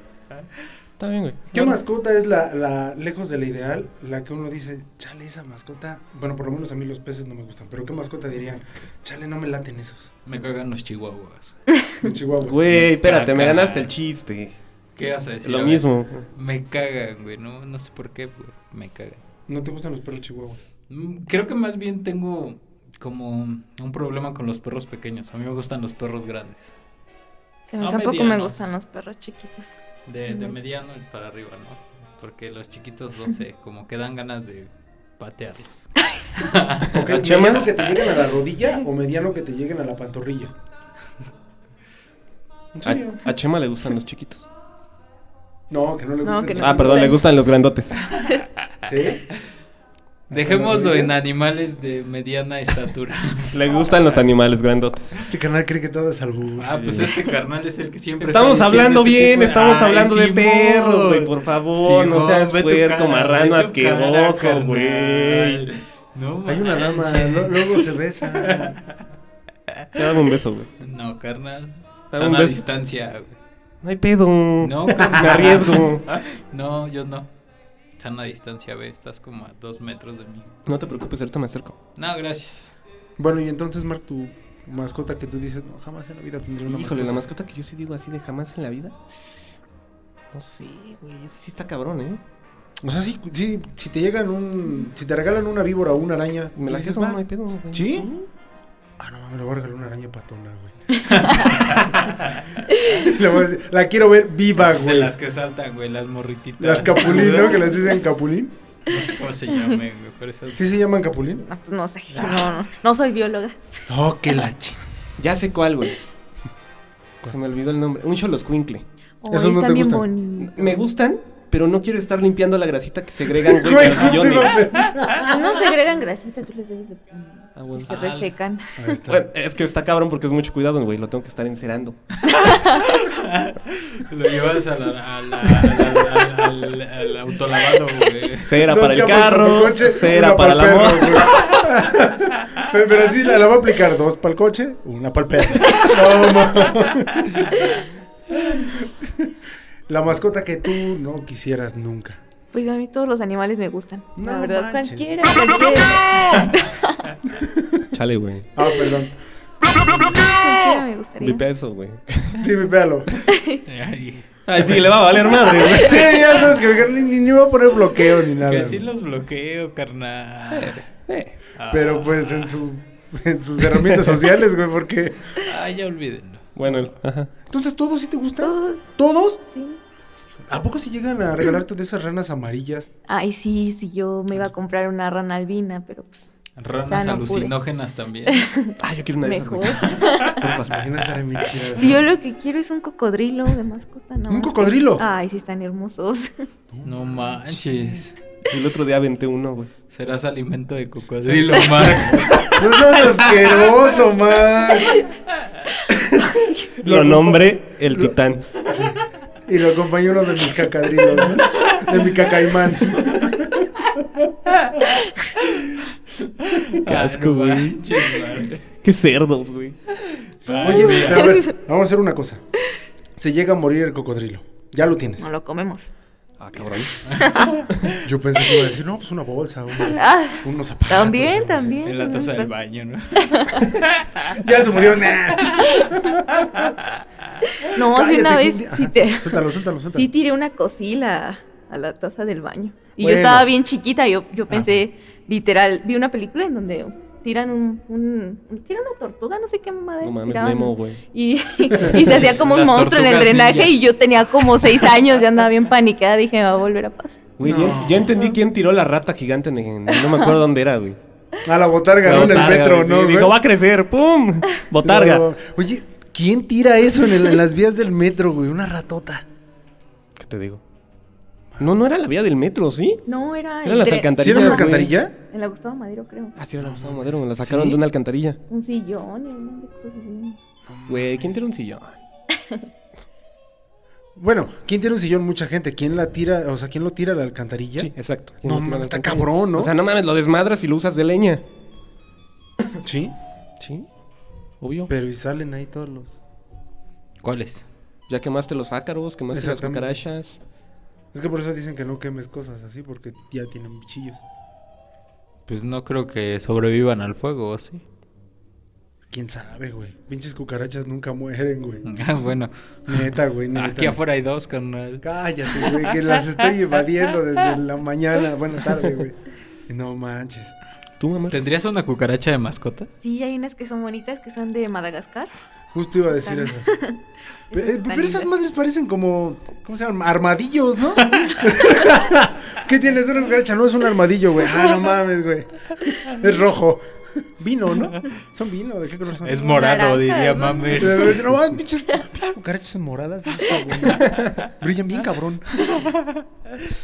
[SPEAKER 3] Está bien, güey.
[SPEAKER 2] ¿Qué mascota es la, la, lejos de la ideal, la que uno dice, chale, esa mascota? Bueno, por lo menos a mí los peces no me gustan, pero ¿qué mascota dirían? Chale, no me laten esos.
[SPEAKER 4] Me cagan los chihuahuas.
[SPEAKER 2] Los chihuahuas.
[SPEAKER 3] Güey, espérate, me
[SPEAKER 4] Caca.
[SPEAKER 3] ganaste el chiste.
[SPEAKER 4] ¿Qué vas a decir? A
[SPEAKER 3] Lo
[SPEAKER 4] ver.
[SPEAKER 3] mismo.
[SPEAKER 4] Me cagan, güey. No, no sé por qué, güey. Me cagan.
[SPEAKER 2] ¿No te gustan los perros chihuahuas?
[SPEAKER 4] Mm, Creo que más bien tengo como un problema con los perros pequeños. A mí me gustan los perros grandes.
[SPEAKER 5] Que a mí
[SPEAKER 4] No,
[SPEAKER 5] tampoco me
[SPEAKER 4] mediano.
[SPEAKER 5] gustan los perros chiquitos.
[SPEAKER 4] De, de
[SPEAKER 5] Mm.
[SPEAKER 4] mediano y para arriba, ¿no? Porque los chiquitos, no sé, como que dan ganas de patearlos.
[SPEAKER 2] Ok,
[SPEAKER 3] ¿A Chema?
[SPEAKER 2] ¿Mediano que te lleguen a la rodilla o mediano que te lleguen a la pantorrilla? ¿En serio?
[SPEAKER 3] A, a Chema le gustan los chiquitos.
[SPEAKER 2] No, que no le
[SPEAKER 5] No,
[SPEAKER 2] gustan.
[SPEAKER 5] que no.
[SPEAKER 3] Ah, perdón, le gustan los grandotes.
[SPEAKER 2] ¿Sí?
[SPEAKER 4] Dejémoslo en
[SPEAKER 2] nadie.
[SPEAKER 4] animales de mediana estatura.
[SPEAKER 3] Le gustan los animales grandotes.
[SPEAKER 2] Este canal cree que todo es albur.
[SPEAKER 4] Ah, pues este carnal es el que siempre. está
[SPEAKER 3] Estamos
[SPEAKER 4] diciendo
[SPEAKER 3] hablando
[SPEAKER 4] ese tipo
[SPEAKER 3] bien,
[SPEAKER 4] de-
[SPEAKER 3] estamos
[SPEAKER 4] Ay,
[SPEAKER 3] hablando de
[SPEAKER 4] Simón.
[SPEAKER 3] perros, güey, por favor,
[SPEAKER 4] Simón,
[SPEAKER 3] no seas
[SPEAKER 4] ve tu
[SPEAKER 3] puerco,
[SPEAKER 4] cara,
[SPEAKER 3] marrano,
[SPEAKER 4] ve tu cara,
[SPEAKER 3] asqueroso,
[SPEAKER 4] carnal.
[SPEAKER 3] güey.
[SPEAKER 4] No,
[SPEAKER 2] Hay una dama,
[SPEAKER 4] manches.
[SPEAKER 2] lo- luego se besa.
[SPEAKER 3] Ya, Dame un beso, güey.
[SPEAKER 4] No, carnal.
[SPEAKER 3] Dame un
[SPEAKER 4] Sana
[SPEAKER 3] beso.
[SPEAKER 4] distancia, güey.
[SPEAKER 3] No hay pedo.
[SPEAKER 4] No, carnal.
[SPEAKER 3] me arriesgo.
[SPEAKER 4] No, yo no. Sana distancia, güey. Estás como a dos metros de mí.
[SPEAKER 3] No te preocupes, ahorita me acerco.
[SPEAKER 4] No, gracias.
[SPEAKER 2] Bueno, y entonces, Mark, tu mascota que tú dices, no, jamás en la vida tendré una
[SPEAKER 3] Híjole, la
[SPEAKER 2] mascota.
[SPEAKER 3] mascota que yo sí digo así de jamás en la vida. No sé, güey. Ese sí está cabrón, ¿eh?
[SPEAKER 2] O sea, sí, sí, si te llegan un. Si te regalan una víbora o una araña. pues
[SPEAKER 3] Me la
[SPEAKER 2] dices,
[SPEAKER 3] queso,
[SPEAKER 2] "Va".
[SPEAKER 3] no hay pedo, güey.
[SPEAKER 2] ¿Sí? Ah, no mames, le voy a regalar una araña patona, güey. Le voy a decir, la quiero ver viva,
[SPEAKER 4] De
[SPEAKER 2] güey.
[SPEAKER 4] las
[SPEAKER 2] Las,
[SPEAKER 4] que saltan, güey, las morrititas.
[SPEAKER 2] capulín, ¿no? Que les dicen capulín.
[SPEAKER 4] No sé cómo se llame, güey, pero esas...
[SPEAKER 2] ¿Sí se llaman capulín?
[SPEAKER 5] No, pues no sé. No, no, no soy bióloga.
[SPEAKER 2] Oh, qué la chi-
[SPEAKER 3] Ya sé cuál, güey. Se me olvidó el nombre. Un Choloscuincle.
[SPEAKER 5] Oh,
[SPEAKER 2] Esos no
[SPEAKER 5] están
[SPEAKER 2] te
[SPEAKER 5] bien
[SPEAKER 2] gustan.
[SPEAKER 5] bonitos.
[SPEAKER 3] Me gustan, pero no quiero estar limpiando la grasita que segregan, güey,
[SPEAKER 2] Güey,
[SPEAKER 3] del sillón,
[SPEAKER 2] justo
[SPEAKER 3] güey.
[SPEAKER 2] iba a ver.
[SPEAKER 5] No se agregan grasita, tú les debes de poner.
[SPEAKER 3] Ah,
[SPEAKER 5] Y
[SPEAKER 3] bueno.
[SPEAKER 5] se
[SPEAKER 4] Ah,
[SPEAKER 5] resecan.
[SPEAKER 2] Ahí está.
[SPEAKER 3] Bueno, es que está cabrón porque es mucho cuidado, güey. Lo tengo que estar encerando.
[SPEAKER 4] Lo llevas a la, a la- al- al- al- al autolavado, güey.
[SPEAKER 3] Cera
[SPEAKER 2] Dos
[SPEAKER 3] para el
[SPEAKER 2] capas
[SPEAKER 3] carro,
[SPEAKER 2] su coche,
[SPEAKER 3] cera
[SPEAKER 2] una
[SPEAKER 3] para
[SPEAKER 2] pa'l
[SPEAKER 3] la
[SPEAKER 2] perro,
[SPEAKER 3] moto.
[SPEAKER 2] güey. Pero, pero sí, la, la voy a aplicar. Dos para el coche, una para el perro. No, mames. La mascota que tú no quisieras nunca.
[SPEAKER 5] Pues a mí todos los animales me gustan.
[SPEAKER 2] No
[SPEAKER 5] la verdad,
[SPEAKER 2] manches.
[SPEAKER 5] cualquiera, cualquiera,
[SPEAKER 3] Chale, güey.
[SPEAKER 2] Ah, perdón.
[SPEAKER 5] cualquiera me
[SPEAKER 3] Mi
[SPEAKER 5] gustaría.
[SPEAKER 3] peso, güey.
[SPEAKER 2] Sí, mi pelo.
[SPEAKER 4] Ay,
[SPEAKER 3] Ay, sí, le va a valer madre, güey.
[SPEAKER 2] Sí, ya sabes que ni, ni, ni me voy a poner bloqueo ni nada.
[SPEAKER 4] que sí
[SPEAKER 2] güey.
[SPEAKER 4] los bloqueo, carnal.
[SPEAKER 3] Eh,
[SPEAKER 4] Ah,
[SPEAKER 2] Pero pues en, su, en sus herramientas sociales, güey, porque...
[SPEAKER 4] Ah, ya olvídenlo.
[SPEAKER 3] Bueno, el- ajá.
[SPEAKER 2] Entonces, ¿todos sí te gustan?
[SPEAKER 5] Todos,
[SPEAKER 2] ¿Todos?
[SPEAKER 5] sí.
[SPEAKER 2] ¿A poco sí llegan a regalarte de esas ranas amarillas?
[SPEAKER 5] Ay, sí, sí, yo me iba a comprar una rana albina, pero pues
[SPEAKER 4] Ranas
[SPEAKER 5] Ya no pude.
[SPEAKER 4] alucinógenas también.
[SPEAKER 3] Ah, yo quiero una de esas,
[SPEAKER 5] mejor.
[SPEAKER 3] güey.
[SPEAKER 2] ¿Te imaginas estar en mi chida?
[SPEAKER 5] Si yo lo que quiero es un cocodrilo de mascota, ¿no? Ah.
[SPEAKER 2] ¿Un cocodrilo?
[SPEAKER 5] Ay, sí, están hermosos.
[SPEAKER 4] No manches.
[SPEAKER 3] El otro día aventé uno, güey.
[SPEAKER 4] Serás alimento de cocodrilo, Marco.
[SPEAKER 2] No seas asqueroso, man.
[SPEAKER 3] Lo nombré el titán.
[SPEAKER 2] Y lo acompañó uno de mis cacadrilos, ¿no? De mi cacaimán.
[SPEAKER 3] Qué asco,
[SPEAKER 4] no
[SPEAKER 3] güey.
[SPEAKER 4] manches, Marco.
[SPEAKER 3] Qué cerdos, güey.
[SPEAKER 4] Ay,
[SPEAKER 2] Oye, a ver, vamos a hacer una cosa. Se llega a morir el cocodrilo. Ya lo tienes.
[SPEAKER 5] No lo comemos.
[SPEAKER 3] Ah, cabrón.
[SPEAKER 2] Yo pensé que iba a decir, no, pues una bolsa, unos,
[SPEAKER 5] Ah,
[SPEAKER 2] unos zapatos.
[SPEAKER 5] también,
[SPEAKER 2] algo así.
[SPEAKER 5] también.
[SPEAKER 4] en la taza del
[SPEAKER 5] también.
[SPEAKER 4] baño, ¿no?
[SPEAKER 2] Ya se murió. nah.
[SPEAKER 5] No, sí,
[SPEAKER 2] Cállate,
[SPEAKER 5] una
[SPEAKER 2] que
[SPEAKER 5] vez
[SPEAKER 2] un día-
[SPEAKER 5] sí,
[SPEAKER 2] Ajá,
[SPEAKER 5] te-
[SPEAKER 2] Suéltalo, suéltalo, suéltalo.
[SPEAKER 5] sí tiré una cosila a la taza del baño. Y
[SPEAKER 2] Bueno.
[SPEAKER 5] yo estaba bien chiquita, yo, yo pensé, literal, vi una película en donde tiran un, un, un- ¿qué era una tortuga? No sé qué madre.
[SPEAKER 3] No mames,
[SPEAKER 5] tiraban.
[SPEAKER 3] Nemo, güey.
[SPEAKER 5] Y, y se hacía como un
[SPEAKER 4] Las
[SPEAKER 5] monstruo en el
[SPEAKER 4] tortugas
[SPEAKER 5] drenaje
[SPEAKER 4] ninja.
[SPEAKER 5] y yo tenía como seis años, ya andaba bien paniqueada, dije, me va a volver a pasar.
[SPEAKER 3] Güey, ya, ya entendí quién tiró la rata gigante en, en- no me acuerdo dónde era, güey.
[SPEAKER 2] A la botarga, ¿no? En el
[SPEAKER 3] Botarga,
[SPEAKER 2] metro,
[SPEAKER 3] güey,
[SPEAKER 2] ¿no?
[SPEAKER 3] sí.
[SPEAKER 2] güey?
[SPEAKER 3] Dijo, va a crecer, ¡pum! Botarga.
[SPEAKER 2] No. Oye, ¿quién tira eso en, el- en las vías del metro, güey? Una ratota.
[SPEAKER 3] ¿Qué te digo? No, no era la vía del metro, ¿sí?
[SPEAKER 5] No, era...
[SPEAKER 3] Eran las
[SPEAKER 2] ¿Sí
[SPEAKER 5] entre-
[SPEAKER 3] alcantarillas.
[SPEAKER 2] era una
[SPEAKER 3] güey.
[SPEAKER 2] alcantarilla?
[SPEAKER 5] En la Gustavo Madero, creo.
[SPEAKER 3] Ah, sí, era la Gustavo Madero, me la sacaron de una alcantarilla.
[SPEAKER 5] Un sillón y un montón de cosas así.
[SPEAKER 3] Güey, ¿quién tiró un sillón?
[SPEAKER 2] Bueno, ¿quién tiene un sillón? Mucha gente. ¿Quién la tira? O sea, ¿quién lo tira a la alcantarilla?
[SPEAKER 3] Sí, exacto.
[SPEAKER 2] No
[SPEAKER 3] Lo tiraron a la
[SPEAKER 2] mames, está
[SPEAKER 3] alcantarilla.
[SPEAKER 2] cabrón, ¿no?
[SPEAKER 3] O sea, no mames, lo desmadras y lo usas de leña.
[SPEAKER 2] Sí.
[SPEAKER 3] Sí, obvio.
[SPEAKER 2] Pero y salen ahí todos los.
[SPEAKER 4] ¿Cuáles?
[SPEAKER 3] Ya quemaste los ácaros, quemaste las
[SPEAKER 2] Exactamente.
[SPEAKER 3] cucarachas.
[SPEAKER 2] Es que por eso dicen que no quemes cosas así, porque ya tienen bichillos.
[SPEAKER 4] Pues no creo que sobrevivan al fuego, ¿o sí?
[SPEAKER 2] ¿Quién sabe, güey? Pinches cucarachas nunca mueren, güey.
[SPEAKER 4] Ah, bueno.
[SPEAKER 2] Neta, güey, neta.
[SPEAKER 4] Aquí afuera hay dos, carnal.
[SPEAKER 2] Cállate, güey, que las estoy evadiendo desde la mañana. Buena tarde, güey. No manches.
[SPEAKER 3] ¿Tú, mamá?
[SPEAKER 4] ¿Tendrías una cucaracha de mascota?
[SPEAKER 5] Sí, hay unas que son bonitas, que son de Madagascar.
[SPEAKER 2] Justo iba a decir
[SPEAKER 5] Están-
[SPEAKER 2] esas. Pe- eh, Pero,
[SPEAKER 5] están
[SPEAKER 2] esas
[SPEAKER 5] lindas.
[SPEAKER 2] madres parecen como. ¿Cómo se llaman? Armadillos, ¿no? ¿Qué tienes? Una cucaracha no es un armadillo, güey. Ah, no mames, güey. Es rojo. Vino, ¿no? Son vino, ¿de qué color son?
[SPEAKER 4] Es
[SPEAKER 5] mo-
[SPEAKER 4] morado,
[SPEAKER 5] naranjas,
[SPEAKER 4] diría
[SPEAKER 5] ¿no?
[SPEAKER 4] mames.
[SPEAKER 2] Eh, No mames, pinches, pinches cucarachas moradas. bien cabrón. Brillan bien cabrón.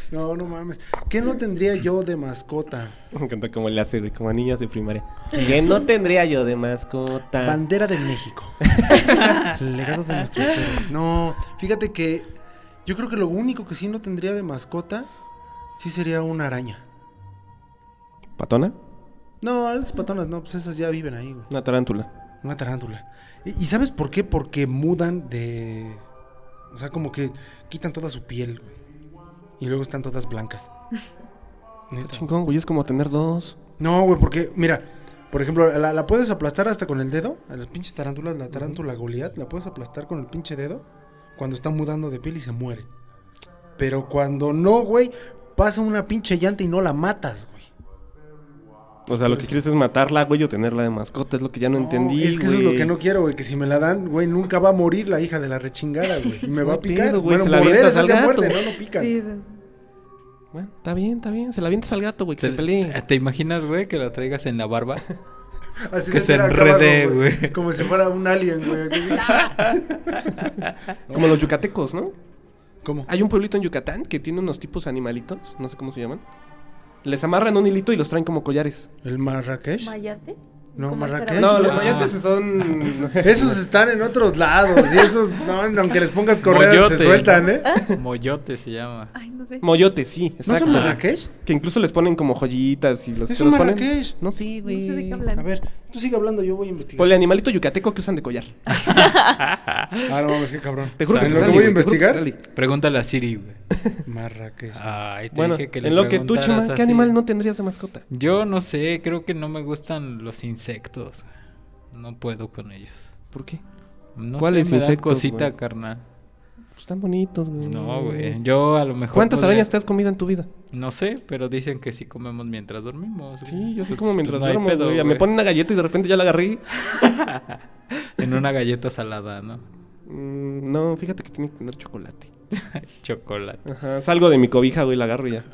[SPEAKER 2] No, no mames. ¿Qué no tendría yo de mascota?
[SPEAKER 3] Me encanta cómo le hace, güey, como a niñas de primaria. ¿Qué no tendría yo de mascota?
[SPEAKER 2] Bandera de México. Legado de nuestros héroes. No, fíjate que yo creo que lo único que sí no tendría de mascota sí sería una araña.
[SPEAKER 3] ¿Patona?
[SPEAKER 2] No, esas patonas no, pues esas ya viven ahí, güey.
[SPEAKER 3] Una tarántula.
[SPEAKER 2] Una tarántula. ¿Y, y sabes por qué? Porque mudan de... O sea, como que quitan toda su piel, güey. Y luego están todas blancas.
[SPEAKER 3] Está
[SPEAKER 2] Neta.
[SPEAKER 3] chingón, güey, es como tener dos.
[SPEAKER 2] No, güey, porque, mira, Por ejemplo, la, la puedes aplastar hasta con el dedo. A las pinches tarántulas, la tarántula Goliat, la puedes aplastar con el pinche dedo cuando está mudando de piel y se muere. Pero cuando no, güey, pasa una pinche llanta y no la matas, güey.
[SPEAKER 3] O sea, lo que quieres es matarla, güey, o tenerla de mascota. Es lo que ya no, entendí.
[SPEAKER 2] Es que eso es lo
[SPEAKER 3] güey.
[SPEAKER 2] que no quiero, güey. Que si me la dan, güey, nunca va a morir la hija de la rechingada, güey. Y me va a
[SPEAKER 3] No
[SPEAKER 2] picar,
[SPEAKER 3] pedo,
[SPEAKER 2] güey.
[SPEAKER 3] güey,
[SPEAKER 2] Bueno,
[SPEAKER 3] se la
[SPEAKER 2] morder
[SPEAKER 3] avientas
[SPEAKER 2] esa
[SPEAKER 3] al
[SPEAKER 2] ya muerde,
[SPEAKER 3] gato.
[SPEAKER 2] no, no pican.
[SPEAKER 5] Sí,
[SPEAKER 3] Bueno, está bien, está bien. Se la avientas al gato, güey, que se,
[SPEAKER 4] Te-
[SPEAKER 3] pelee.
[SPEAKER 2] Ah,
[SPEAKER 4] ¿Te imaginas, güey, que la traigas en la barba?
[SPEAKER 2] Así
[SPEAKER 4] Que
[SPEAKER 2] de
[SPEAKER 4] se
[SPEAKER 2] ser acabado,
[SPEAKER 4] enrede, güey.
[SPEAKER 2] Como si fuera un alien, güey. aquí.
[SPEAKER 3] Como
[SPEAKER 2] ah.
[SPEAKER 3] los yucatecos, ¿no?
[SPEAKER 2] ¿Cómo?
[SPEAKER 3] Hay un pueblito en Yucatán que tiene unos tipos animalitos, no sé cómo se llaman. Les amarran un hilito y los traen como collares.
[SPEAKER 2] ¿El Marrakech?
[SPEAKER 5] Mayate.
[SPEAKER 2] No,
[SPEAKER 5] ¿Cómo
[SPEAKER 2] Marrakech.
[SPEAKER 5] esperabas?
[SPEAKER 3] No, los
[SPEAKER 4] Ah.
[SPEAKER 3] mayates son.
[SPEAKER 2] Esos están en otros lados. Y esos, no, aunque les pongas correas, se
[SPEAKER 4] Moyote.
[SPEAKER 2] sueltan, ¿eh?
[SPEAKER 4] Moyote se llama.
[SPEAKER 5] Ay, no sé.
[SPEAKER 3] Moyotes, sí,
[SPEAKER 2] ¿No
[SPEAKER 3] exacto.
[SPEAKER 2] son Marrakech?
[SPEAKER 3] que incluso les ponen como joyitas y los,
[SPEAKER 2] ¿Es
[SPEAKER 3] se
[SPEAKER 2] un
[SPEAKER 3] los ponen.
[SPEAKER 2] Marrakech?
[SPEAKER 3] No sé,
[SPEAKER 5] No
[SPEAKER 3] güey.
[SPEAKER 5] sé de qué
[SPEAKER 2] A
[SPEAKER 5] hablan.
[SPEAKER 2] ver, tú sigue hablando, yo voy a investigar.
[SPEAKER 3] Ponle animalito yucateco que usan de collar.
[SPEAKER 2] Ah, no mames, qué cabrón.
[SPEAKER 3] Te juro que
[SPEAKER 2] ¿En lo
[SPEAKER 3] te sale,
[SPEAKER 2] que voy a
[SPEAKER 3] güey, te juro que
[SPEAKER 2] investigar?
[SPEAKER 3] te sale.
[SPEAKER 4] Pregúntale a Siri, güey.
[SPEAKER 2] Marrakech.
[SPEAKER 4] Ay, te
[SPEAKER 3] Bueno,
[SPEAKER 4] dije que le
[SPEAKER 3] en lo que tú,
[SPEAKER 4] preguntaras
[SPEAKER 3] Chema, ¿qué
[SPEAKER 4] así.
[SPEAKER 3] animal no tendrías de mascota?
[SPEAKER 4] Yo no sé, creo que no me gustan los insectos. No puedo con ellos.
[SPEAKER 3] ¿Por qué?
[SPEAKER 4] No
[SPEAKER 3] ¿Cuáles
[SPEAKER 4] sé, me dan
[SPEAKER 3] insectos,
[SPEAKER 4] cosita,
[SPEAKER 3] güey?
[SPEAKER 4] carnal.
[SPEAKER 3] Pues están bonitos, güey.
[SPEAKER 4] No, güey. Yo a lo mejor.
[SPEAKER 3] ¿Cuántas
[SPEAKER 4] podría-
[SPEAKER 3] arañas te has comido en tu vida?
[SPEAKER 4] No sé, pero dicen que sí comemos mientras dormimos. güey.
[SPEAKER 3] Sí, yo sí
[SPEAKER 4] Entonces,
[SPEAKER 3] como
[SPEAKER 4] pues,
[SPEAKER 3] mientras
[SPEAKER 4] no hay
[SPEAKER 3] duermo,
[SPEAKER 4] pedo,
[SPEAKER 3] güey.
[SPEAKER 4] güey.
[SPEAKER 3] Me ponen una galleta y de repente ya la agarré.
[SPEAKER 4] En una galleta salada, ¿no?
[SPEAKER 3] Mm, no, fíjate que tiene que tener chocolate.
[SPEAKER 4] Chocolate.
[SPEAKER 3] Ajá, salgo de mi cobija, güey, la agarro y ya.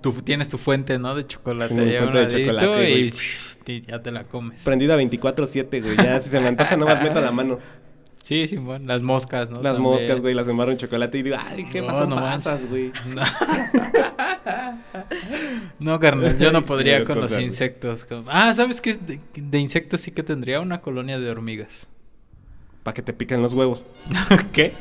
[SPEAKER 4] Tú tienes tu fuente, ¿no? De chocolate.
[SPEAKER 3] Tengo mi
[SPEAKER 4] ya
[SPEAKER 3] fuente de
[SPEAKER 4] un ladito
[SPEAKER 3] chocolate,
[SPEAKER 4] y,
[SPEAKER 3] güey.
[SPEAKER 4] shh, y ya te la comes.
[SPEAKER 3] Prendida 24-7, güey. Ya, si se me antoja, nomás meto la mano.
[SPEAKER 4] Sí, Simón. Las moscas, ¿no?
[SPEAKER 3] Las
[SPEAKER 4] También.
[SPEAKER 3] moscas, güey, las embarro en chocolate y digo, ay, qué
[SPEAKER 4] No,
[SPEAKER 3] pasó
[SPEAKER 4] no
[SPEAKER 3] pasas,
[SPEAKER 4] manches.
[SPEAKER 3] güey.
[SPEAKER 4] No. No, carnal, yo
[SPEAKER 3] Sí,
[SPEAKER 4] no podría
[SPEAKER 3] me
[SPEAKER 4] con los
[SPEAKER 3] cosa, güey.
[SPEAKER 4] insectos. como- Ah, ¿sabes qué? De, de insectos sí que tendría una colonia de hormigas.
[SPEAKER 3] Para que te pican los huevos.
[SPEAKER 4] ¿Qué?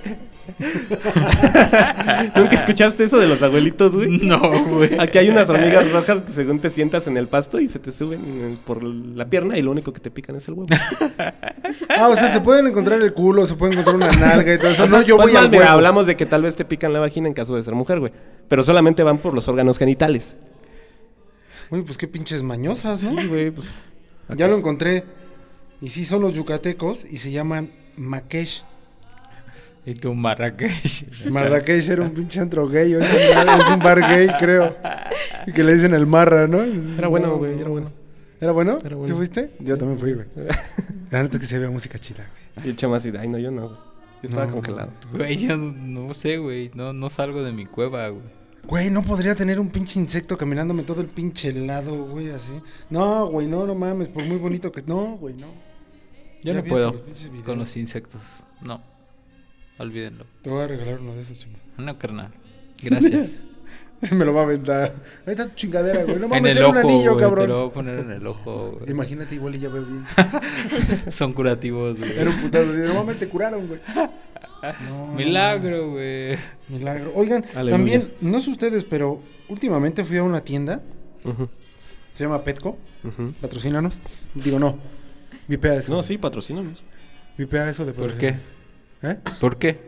[SPEAKER 3] ¿Nunca escuchaste eso de los abuelitos, güey?
[SPEAKER 4] No, güey.
[SPEAKER 3] Aquí hay unas hormigas rojas que según te sientas en el pasto y se te suben en el- por la pierna y lo único que te pican es el huevo.
[SPEAKER 2] Ah, o sea, se pueden encontrar el culo, se puede encontrar una nalga y todo eso. No, yo
[SPEAKER 3] Pues
[SPEAKER 2] voy
[SPEAKER 3] mal,
[SPEAKER 2] al
[SPEAKER 3] mira,
[SPEAKER 2] huevo.
[SPEAKER 3] hablamos de que tal vez te pican la vagina en caso de ser mujer, güey. Pero solamente van por los órganos genitales.
[SPEAKER 2] Uy, pues qué pinches mañosas, ¿no?
[SPEAKER 3] Sí, güey, pues,
[SPEAKER 2] Ya lo encontré. Y sí, son los yucatecos y se llaman Makesh.
[SPEAKER 4] Y tu Marrakech.
[SPEAKER 2] Marrakech era un pinche antro gay, o es un, es un bar gay, creo. Y que le dicen el marra, ¿no?
[SPEAKER 3] Era bueno, güey, era bueno.
[SPEAKER 2] ¿Era bueno?
[SPEAKER 3] Era bueno.
[SPEAKER 2] ¿Sí fuiste? Yo también fui, güey. La neta es que se veía música chida, güey.
[SPEAKER 3] Y el chama así, ay, no, yo no, güey. Yo estaba
[SPEAKER 2] No.
[SPEAKER 3] congelado.
[SPEAKER 4] Güey, yo no sé, güey. No, no salgo de mi cueva, güey.
[SPEAKER 2] Güey, no podría tener un pinche insecto caminándome todo el pinche helado, güey, así. No, güey, no, no mames, por muy bonito que... No, güey, no. ¿Ya
[SPEAKER 4] Yo no
[SPEAKER 2] viste
[SPEAKER 4] puedo
[SPEAKER 2] los pinches videos?
[SPEAKER 4] con los insectos. No. Olvídenlo.
[SPEAKER 2] Te voy a regalar uno de esos, chema.
[SPEAKER 4] No, carnal. Gracias.
[SPEAKER 2] Me lo va a aventar. Ahí está tu chingadera, güey. No
[SPEAKER 4] en
[SPEAKER 2] mames,
[SPEAKER 4] el
[SPEAKER 2] era
[SPEAKER 4] ojo,
[SPEAKER 2] un anillo,
[SPEAKER 4] güey, Te lo
[SPEAKER 2] cabrón.
[SPEAKER 4] voy a poner en el ojo, güey.
[SPEAKER 2] Imagínate, igual y ya veo bien.
[SPEAKER 4] Son curativos, güey.
[SPEAKER 2] Era un putazo. así de, No mames, te curaron, güey. No, no
[SPEAKER 4] Milagro, güey.
[SPEAKER 2] mames, Milagro. Oigan,
[SPEAKER 3] Aleluya.
[SPEAKER 2] también, no sé ustedes, pero últimamente fui a una tienda.
[SPEAKER 3] Ujú,
[SPEAKER 2] Se llama Petco.
[SPEAKER 3] ujú.
[SPEAKER 2] Patrocínanos. Digo, no. Vipea eso.
[SPEAKER 3] No, sí, patrocínanos.
[SPEAKER 2] Vipea eso de
[SPEAKER 4] ¿Por qué?
[SPEAKER 2] patrocinar. ¿Eh?
[SPEAKER 4] ¿Por qué?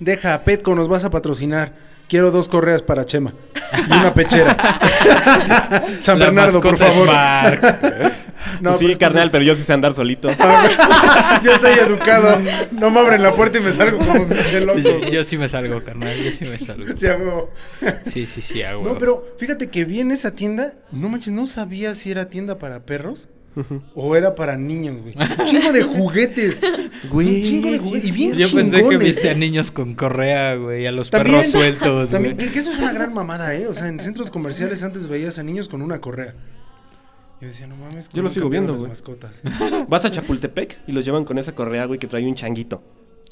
[SPEAKER 2] Deja a Petco, nos vas a patrocinar. Quiero dos correas para Chema. Y una pechera. San
[SPEAKER 4] La
[SPEAKER 2] Bernardo, por
[SPEAKER 4] mascota es
[SPEAKER 2] favor.
[SPEAKER 4] Mark.
[SPEAKER 2] No,
[SPEAKER 3] sí,
[SPEAKER 2] pero es que
[SPEAKER 3] carnal,
[SPEAKER 2] eso
[SPEAKER 3] pero yo sí sé andar solito.
[SPEAKER 2] es- Yo estoy educado. No me abren la puerta y me salgo como pinche loco.
[SPEAKER 4] yo, yo sí me salgo, carnal. Yo sí me salgo.
[SPEAKER 2] Sí, a huevo.
[SPEAKER 4] Sí, sí, sí, hago.
[SPEAKER 2] No, pero fíjate que vi en esa tienda, no manches, no sabía si era tienda para perros o era para niños, güey. Un chingo de juguetes. Es un chingo de juguetes. y bien
[SPEAKER 4] Yo pensé que
[SPEAKER 2] chingones.
[SPEAKER 4] viste a niños con correa, güey, a los
[SPEAKER 2] También-
[SPEAKER 4] perros sueltos,
[SPEAKER 2] También,
[SPEAKER 4] güey.
[SPEAKER 2] que, que eso es una gran mamada, ¿eh? O sea, en centros comerciales antes veías a niños con una correa. Yo decía, no mames.
[SPEAKER 3] Yo lo
[SPEAKER 2] ¿cómo
[SPEAKER 3] sigo
[SPEAKER 2] cambiaron
[SPEAKER 3] viendo,
[SPEAKER 2] las
[SPEAKER 3] güey.
[SPEAKER 2] mascotas?
[SPEAKER 3] Vas a Chapultepec y los llevan con esa correa, güey, que trae un changuito.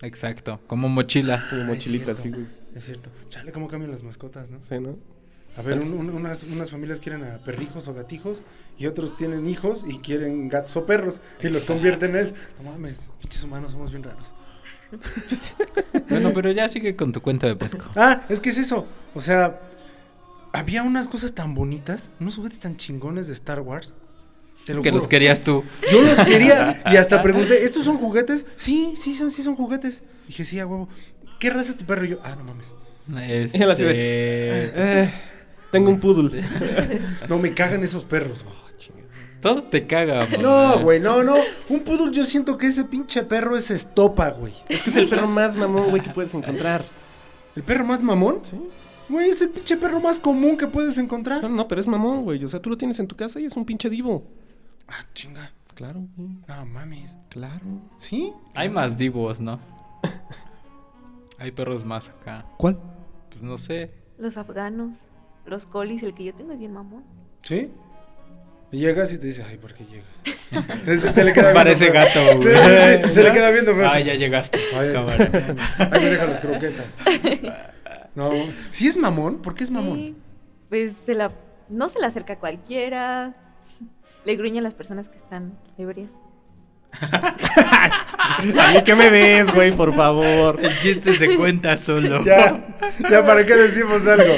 [SPEAKER 4] Exacto, como mochila.
[SPEAKER 3] Como
[SPEAKER 2] Ah, es
[SPEAKER 3] mochilita así,
[SPEAKER 2] cierto.
[SPEAKER 3] güey.
[SPEAKER 2] Es cierto. Chale, ¿cómo cambian las mascotas, no?
[SPEAKER 3] Sí, ¿no?
[SPEAKER 2] A ver, un- un- unas, unas familias quieren a perrijos o gatijos y otros tienen hijos y quieren gatos o perros y los
[SPEAKER 4] Exacto.
[SPEAKER 2] convierten en... No mames, pinches humanos somos bien raros.
[SPEAKER 4] Bueno, pero ya sigue con tu cuenta de Petco.
[SPEAKER 2] Ah, es que es eso. O sea, había unas cosas tan bonitas, unos juguetes tan chingones de Star Wars. Te lo
[SPEAKER 4] Que
[SPEAKER 2] juro.
[SPEAKER 4] los querías tú.
[SPEAKER 2] Yo los quería y hasta pregunté, ¿estos son juguetes? Sí, sí son, sí son juguetes. Dije, sí, a huevo. ¿Qué raza es tu perro? Y yo, ah, no mames.
[SPEAKER 4] Este...
[SPEAKER 3] él así Eh, tengo un poodle.
[SPEAKER 2] No me cagan esos perros. güey.
[SPEAKER 4] Todo te caga, mamá.
[SPEAKER 2] No, güey, no, no. Un poodle yo siento que ese pinche perro es estopa, güey.
[SPEAKER 3] Este Es que es el perro más mamón, güey, que puedes encontrar.
[SPEAKER 2] ¿El perro más mamón?
[SPEAKER 3] Sí. Ah,
[SPEAKER 2] Güey, es el pinche perro más común que puedes encontrar.
[SPEAKER 3] No, no, pero es mamón, güey. O sea, tú lo tienes en tu casa y es un pinche divo.
[SPEAKER 2] Ah, chinga.
[SPEAKER 3] Claro, güey.
[SPEAKER 2] No mames.
[SPEAKER 3] Claro.
[SPEAKER 2] ¿Sí?
[SPEAKER 4] Hay más divos, ¿no? Hay perros más acá.
[SPEAKER 3] ¿Cuál?
[SPEAKER 4] Pues no sé.
[SPEAKER 5] Los afganos, los colis, el que yo tengo es bien mamón.
[SPEAKER 2] ¿Sí? Y Llegas y te dice, ay, ¿por qué llegas? Este, se, se le queda viendo
[SPEAKER 4] Parece
[SPEAKER 2] feo.
[SPEAKER 4] gato,
[SPEAKER 2] Sí,
[SPEAKER 4] güey.
[SPEAKER 2] sí, sí, se le queda viendo feo.
[SPEAKER 4] Ah, ya llegaste.
[SPEAKER 2] Ay,
[SPEAKER 4] cámara.
[SPEAKER 2] Ahí me dejan las croquetas. No. Si es mamón, ¿por qué es mamón?
[SPEAKER 5] Sí, pues se la, no se la acerca a cualquiera. Le gruñe a las personas que están ebrias.
[SPEAKER 3] ¿A mí qué me ves, güey? Por favor.
[SPEAKER 6] El chiste se cuenta solo.
[SPEAKER 2] Ya, ya, ¿para qué decimos algo?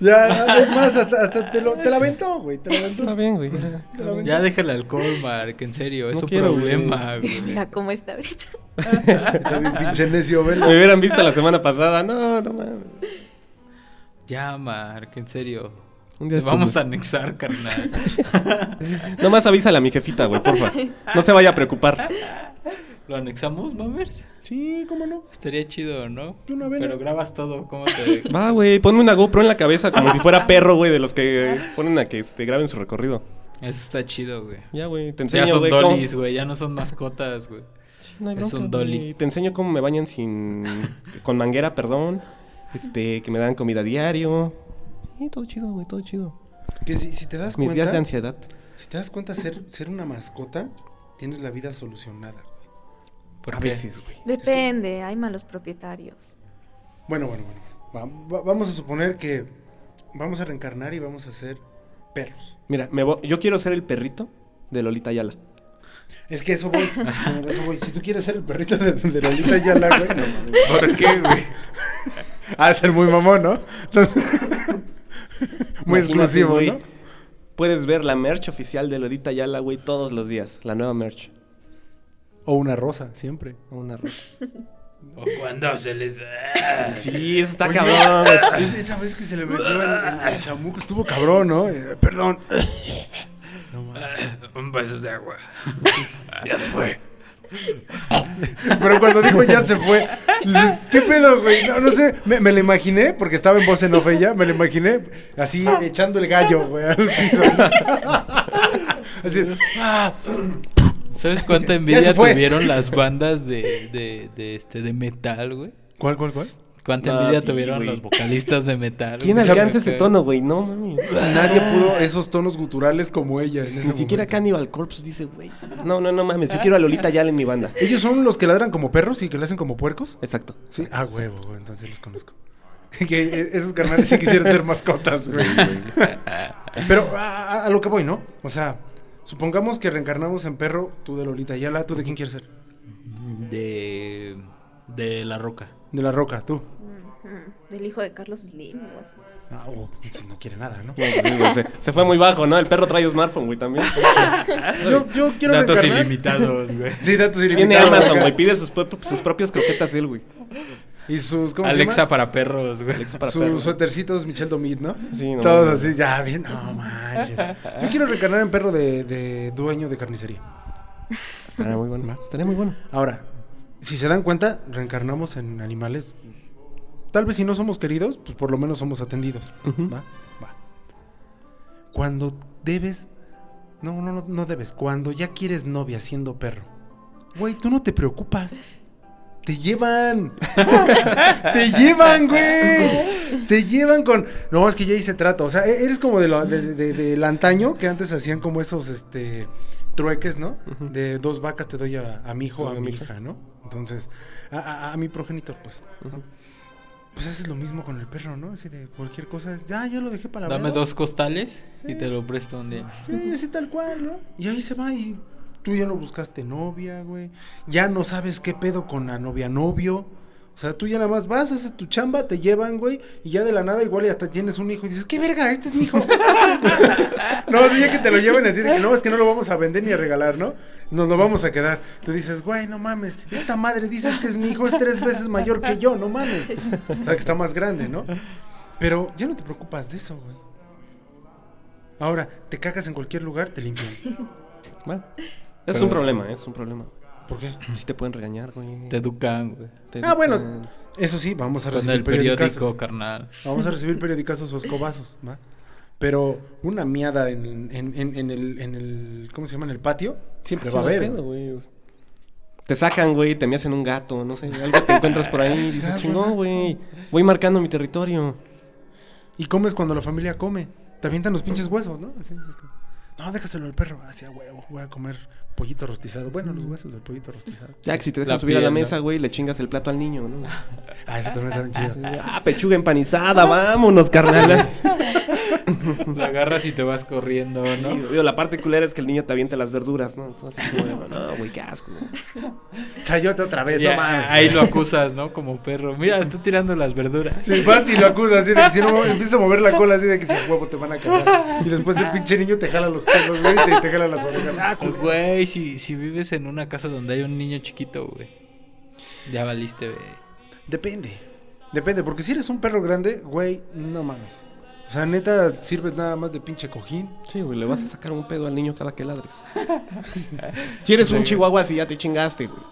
[SPEAKER 2] Ya, es más, hasta, hasta te, lo, te la aventó, güey. Te la aventó.
[SPEAKER 3] Está bien, güey. ya.
[SPEAKER 2] Te la aventó.
[SPEAKER 4] Ya deja el alcohol, Mark. En serio, es
[SPEAKER 3] No
[SPEAKER 4] un
[SPEAKER 3] quiero, güey.
[SPEAKER 4] problema, güey.
[SPEAKER 5] Mira cómo está ahorita.
[SPEAKER 2] Está bien pinche necio,
[SPEAKER 3] Me
[SPEAKER 2] velo.
[SPEAKER 3] hubieran visto la semana pasada. No, no mames.
[SPEAKER 4] Ya, Mark, en serio.
[SPEAKER 3] Un
[SPEAKER 4] Te
[SPEAKER 3] estos,
[SPEAKER 4] vamos a
[SPEAKER 3] güey.
[SPEAKER 4] anexar, carnal.
[SPEAKER 3] Nomás avísale a mi jefita, güey, porfa. No se vaya a preocupar.
[SPEAKER 4] ¿Lo anexamos, mamers?
[SPEAKER 2] Sí, cómo no.
[SPEAKER 4] Estaría chido, ¿no?
[SPEAKER 2] De una vena.
[SPEAKER 4] Pero grabas todo, ¿cómo te.?
[SPEAKER 3] Va, güey, ponme una GoPro en la cabeza como si fuera perro, güey, de los que eh, ponen a que este, graben su recorrido.
[SPEAKER 4] Eso está chido, güey.
[SPEAKER 3] Ya, güey, te
[SPEAKER 4] Ya
[SPEAKER 3] enseño,
[SPEAKER 4] son
[SPEAKER 3] güey. cómo-
[SPEAKER 4] dolis, güey. Ya no son mascotas, güey.
[SPEAKER 3] Sí, no hay
[SPEAKER 4] Es
[SPEAKER 3] bronca,
[SPEAKER 4] un dolly.
[SPEAKER 3] güey. Te enseño cómo me bañan sin... con manguera, perdón. Este, que me dan comida diario. Sí, todo chido, güey, todo chido.
[SPEAKER 2] Que si, si te das
[SPEAKER 3] Mis días de
[SPEAKER 2] cuenta,
[SPEAKER 3] ansiedad.
[SPEAKER 2] si te das cuenta ser, ser una mascota, tienes la vida solucionada.
[SPEAKER 4] ¿Por
[SPEAKER 3] a
[SPEAKER 4] qué?
[SPEAKER 3] veces, güey.
[SPEAKER 5] Depende, hay malos propietarios.
[SPEAKER 2] Bueno, bueno, bueno. Va- va- vamos a suponer que vamos a reencarnar y vamos a ser perros.
[SPEAKER 3] Mira, me vo- yo quiero ser el perrito de Lolita Ayala.
[SPEAKER 2] Es que eso voy. a eso voy. Si tú quieres ser el perrito de, de Lolita Yala, güey.
[SPEAKER 4] ¿Por qué, güey?
[SPEAKER 2] Ha de ser muy mamón, ¿no? Entonces- muy
[SPEAKER 3] Imagínate,
[SPEAKER 2] exclusivo,
[SPEAKER 3] güey.
[SPEAKER 2] ¿no?
[SPEAKER 3] Puedes ver la merch oficial de Lolita Ayala, güey, todos los días. La nueva merch.
[SPEAKER 2] O una rosa, siempre.
[SPEAKER 3] Una rosa.
[SPEAKER 6] O cuando se les. ah,
[SPEAKER 3] Sí, eso está cabrón, güey.
[SPEAKER 2] Es- esa vez que se le metió el, el chamuco estuvo cabrón, ¿no? Eh, perdón.
[SPEAKER 6] Un vaso de agua.
[SPEAKER 2] Pero cuando dijo ya se fue, dices, ¿qué pedo, güey? No, no sé, me, me lo imaginé, porque estaba en voz en off ella, me lo imaginé así echando el gallo, güey, al piso. Así, ah,
[SPEAKER 4] ¿Sabes cuánta envidia
[SPEAKER 2] se fue.
[SPEAKER 4] tuvieron las bandas de, de, de, este, de metal, güey?
[SPEAKER 2] ¿Cuál, cuál, cuál?
[SPEAKER 4] ¿Cuánta
[SPEAKER 3] Ah,
[SPEAKER 4] envidia
[SPEAKER 3] sí,
[SPEAKER 4] tuvieron
[SPEAKER 3] güey.
[SPEAKER 4] los vocalistas de metal?
[SPEAKER 3] ¿Quién
[SPEAKER 4] güey?
[SPEAKER 3] alcanza ese
[SPEAKER 4] Acá.
[SPEAKER 3] tono, güey? No, mami.
[SPEAKER 2] Nadie pudo esos tonos guturales como ella. en ese
[SPEAKER 3] Ni siquiera
[SPEAKER 2] momento.
[SPEAKER 3] Cannibal Corpse dice, güey. No, no, no mames. Yo quiero a Lolita Ayala en mi banda.
[SPEAKER 2] ¿Ellos son los que ladran como perros y que le hacen como puercos?
[SPEAKER 3] Exacto.
[SPEAKER 2] Sí, ah, huevo, güey, entonces los conozco. que eh, esos carnales sí quisieran ser mascotas, güey. Pero a, a- a lo que voy, ¿no? O sea, supongamos que reencarnamos en perro, tú de Lolita Ayala, ¿tú de quién quieres ser?
[SPEAKER 4] De. De La Roca.
[SPEAKER 2] De la roca, tú.
[SPEAKER 5] Del hijo de Carlos Slim o así.
[SPEAKER 2] Ah, oh, pues no quiere nada, ¿no?
[SPEAKER 3] No, pues, digo, se, se fue muy bajo, ¿no? El perro trae smartphone, güey, también.
[SPEAKER 2] Yo, yo quiero
[SPEAKER 4] Datos
[SPEAKER 2] reencarnar.
[SPEAKER 4] ilimitados, güey.
[SPEAKER 2] Sí, datos
[SPEAKER 3] Tiene
[SPEAKER 2] ilimitados.
[SPEAKER 3] Amazon,
[SPEAKER 2] acá.
[SPEAKER 3] güey. Pide sus, prop- sus propias croquetas él, güey.
[SPEAKER 2] Y sus, ¿cómo se
[SPEAKER 4] Alexa
[SPEAKER 2] llama?
[SPEAKER 4] para perros, güey.
[SPEAKER 3] Alexa para
[SPEAKER 2] sus
[SPEAKER 3] perros.
[SPEAKER 2] suétercitos Michel Domit, ¿no?
[SPEAKER 3] Sí, no
[SPEAKER 2] Todos
[SPEAKER 3] mames.
[SPEAKER 2] así, ya, bien. No manches. Yo quiero reencarnar en perro de, de dueño de carnicería.
[SPEAKER 3] Estaría muy bueno. Estaría muy bueno.
[SPEAKER 2] Ahora, si se dan cuenta, reencarnamos en animales. Tal vez si no somos queridos, pues por lo menos somos atendidos.
[SPEAKER 3] Ujú.
[SPEAKER 2] Va, va. Cuando debes. No, no, no, no debes. Cuando ya quieres novia siendo perro. Güey, tú no te preocupas. Te llevan. te llevan, güey. Te llevan con. No, es que ya hice trato. O sea, e- eres como de lo- de- de- de- del antaño que antes hacían como esos este trueques, ¿no?
[SPEAKER 3] Ujú.
[SPEAKER 2] De dos vacas te doy a, a mi hijo,
[SPEAKER 3] Todo
[SPEAKER 2] a
[SPEAKER 3] a
[SPEAKER 2] mi
[SPEAKER 3] mi
[SPEAKER 2] hija, ¿no? Entonces, a, a- a mi progenitor, pues.
[SPEAKER 3] Ujú.
[SPEAKER 2] Pues haces lo mismo con el perro, ¿no? Así de cualquier cosa. es, Ya, ya lo dejé para
[SPEAKER 4] Dame dos costales y te lo presto un día.
[SPEAKER 2] Sí, así tal cual, ¿no? Y ahí se va y tú ya no buscaste novia, güey. Ya no sabes qué pedo con la novia novio. O sea, tú ya nada más vas, haces tu chamba, te llevan, güey, y ya de la nada igual y hasta tienes un hijo y dices, qué verga, este es mi hijo. no, o sea, ya que te lo lleven así de que no, es que no lo vamos a vender ni a regalar, ¿no? Nos lo vamos a quedar. Tú dices, güey, no mames, esta madre dices que es mi hijo, es tres veces mayor que yo, no mames. O sea, que está más grande, ¿no? Pero ya no te preocupas de eso, güey. Ahora, te cagas en cualquier lugar, te limpian.
[SPEAKER 3] Bueno, es un problema, ¿eh? es un problema.
[SPEAKER 2] ¿Por qué?
[SPEAKER 3] Sí te pueden regañar, güey.
[SPEAKER 4] Te educan, güey.
[SPEAKER 3] Te
[SPEAKER 2] Ah, bueno,
[SPEAKER 3] educan.
[SPEAKER 2] Eso sí, vamos a
[SPEAKER 4] Con
[SPEAKER 2] recibir
[SPEAKER 4] el periódico,
[SPEAKER 2] periodicazos.
[SPEAKER 4] carnal.
[SPEAKER 2] Vamos a recibir periodicazos o escobazos, ¿va? Pero una miada en, en- en- en el, en el- ¿Cómo se llama? En el patio. Siempre
[SPEAKER 3] Ah, Sí,
[SPEAKER 2] va a
[SPEAKER 3] no hay
[SPEAKER 2] haber.
[SPEAKER 3] pedo, güey. Te sacan, güey, te me hacen un gato, no sé, algo te encuentras por ahí y
[SPEAKER 2] Ah,
[SPEAKER 3] dices, chingón, güey, voy marcando mi territorio.
[SPEAKER 2] Y comes cuando la familia come. Te avientan los pinches huesos, ¿no? Así. No, déjaselo al perro. Así a huevo. Voy a comer pollito rostizado. Bueno, los huesos del pollito rostizado.
[SPEAKER 3] Ya que si te dejan
[SPEAKER 4] La
[SPEAKER 3] subir a la
[SPEAKER 4] piel, ¿no?
[SPEAKER 3] mesa, güey, le chingas el plato al niño, ¿no?
[SPEAKER 2] Ah, eso también está bien chido.
[SPEAKER 3] ah, pechuga empanizada, vámonos, carnal.
[SPEAKER 4] La agarras y te vas corriendo,
[SPEAKER 3] Sí,
[SPEAKER 4] ¿no?
[SPEAKER 3] digo, la parte culera es que el niño te avienta las verduras, ¿no? Entonces, así como, no, güey, qué asco.
[SPEAKER 2] Chayote otra vez,
[SPEAKER 4] Y
[SPEAKER 2] no mames.
[SPEAKER 4] ahí lo acusas, ¿no? Como perro. Mira, está tirando las verduras.
[SPEAKER 2] Sí, vas y lo acusas así de que si no empiezas a mover la cola así de que si a huevo te van a cagar. Y después el pinche niño te jala los pelos, güey, y te, te jala las orejas. Ah, culero.
[SPEAKER 4] Güey, si, si vives en una casa donde hay un niño chiquito, güey. Ya valiste, güey.
[SPEAKER 2] Depende. Depende, porque si eres un perro grande, güey, no mames. O sea, neta, sirves nada más de pinche cojín.
[SPEAKER 3] Sí, güey, le vas a sacar un pedo al niño cada que ladres. si eres un chihuahua, si ya te chingaste, güey.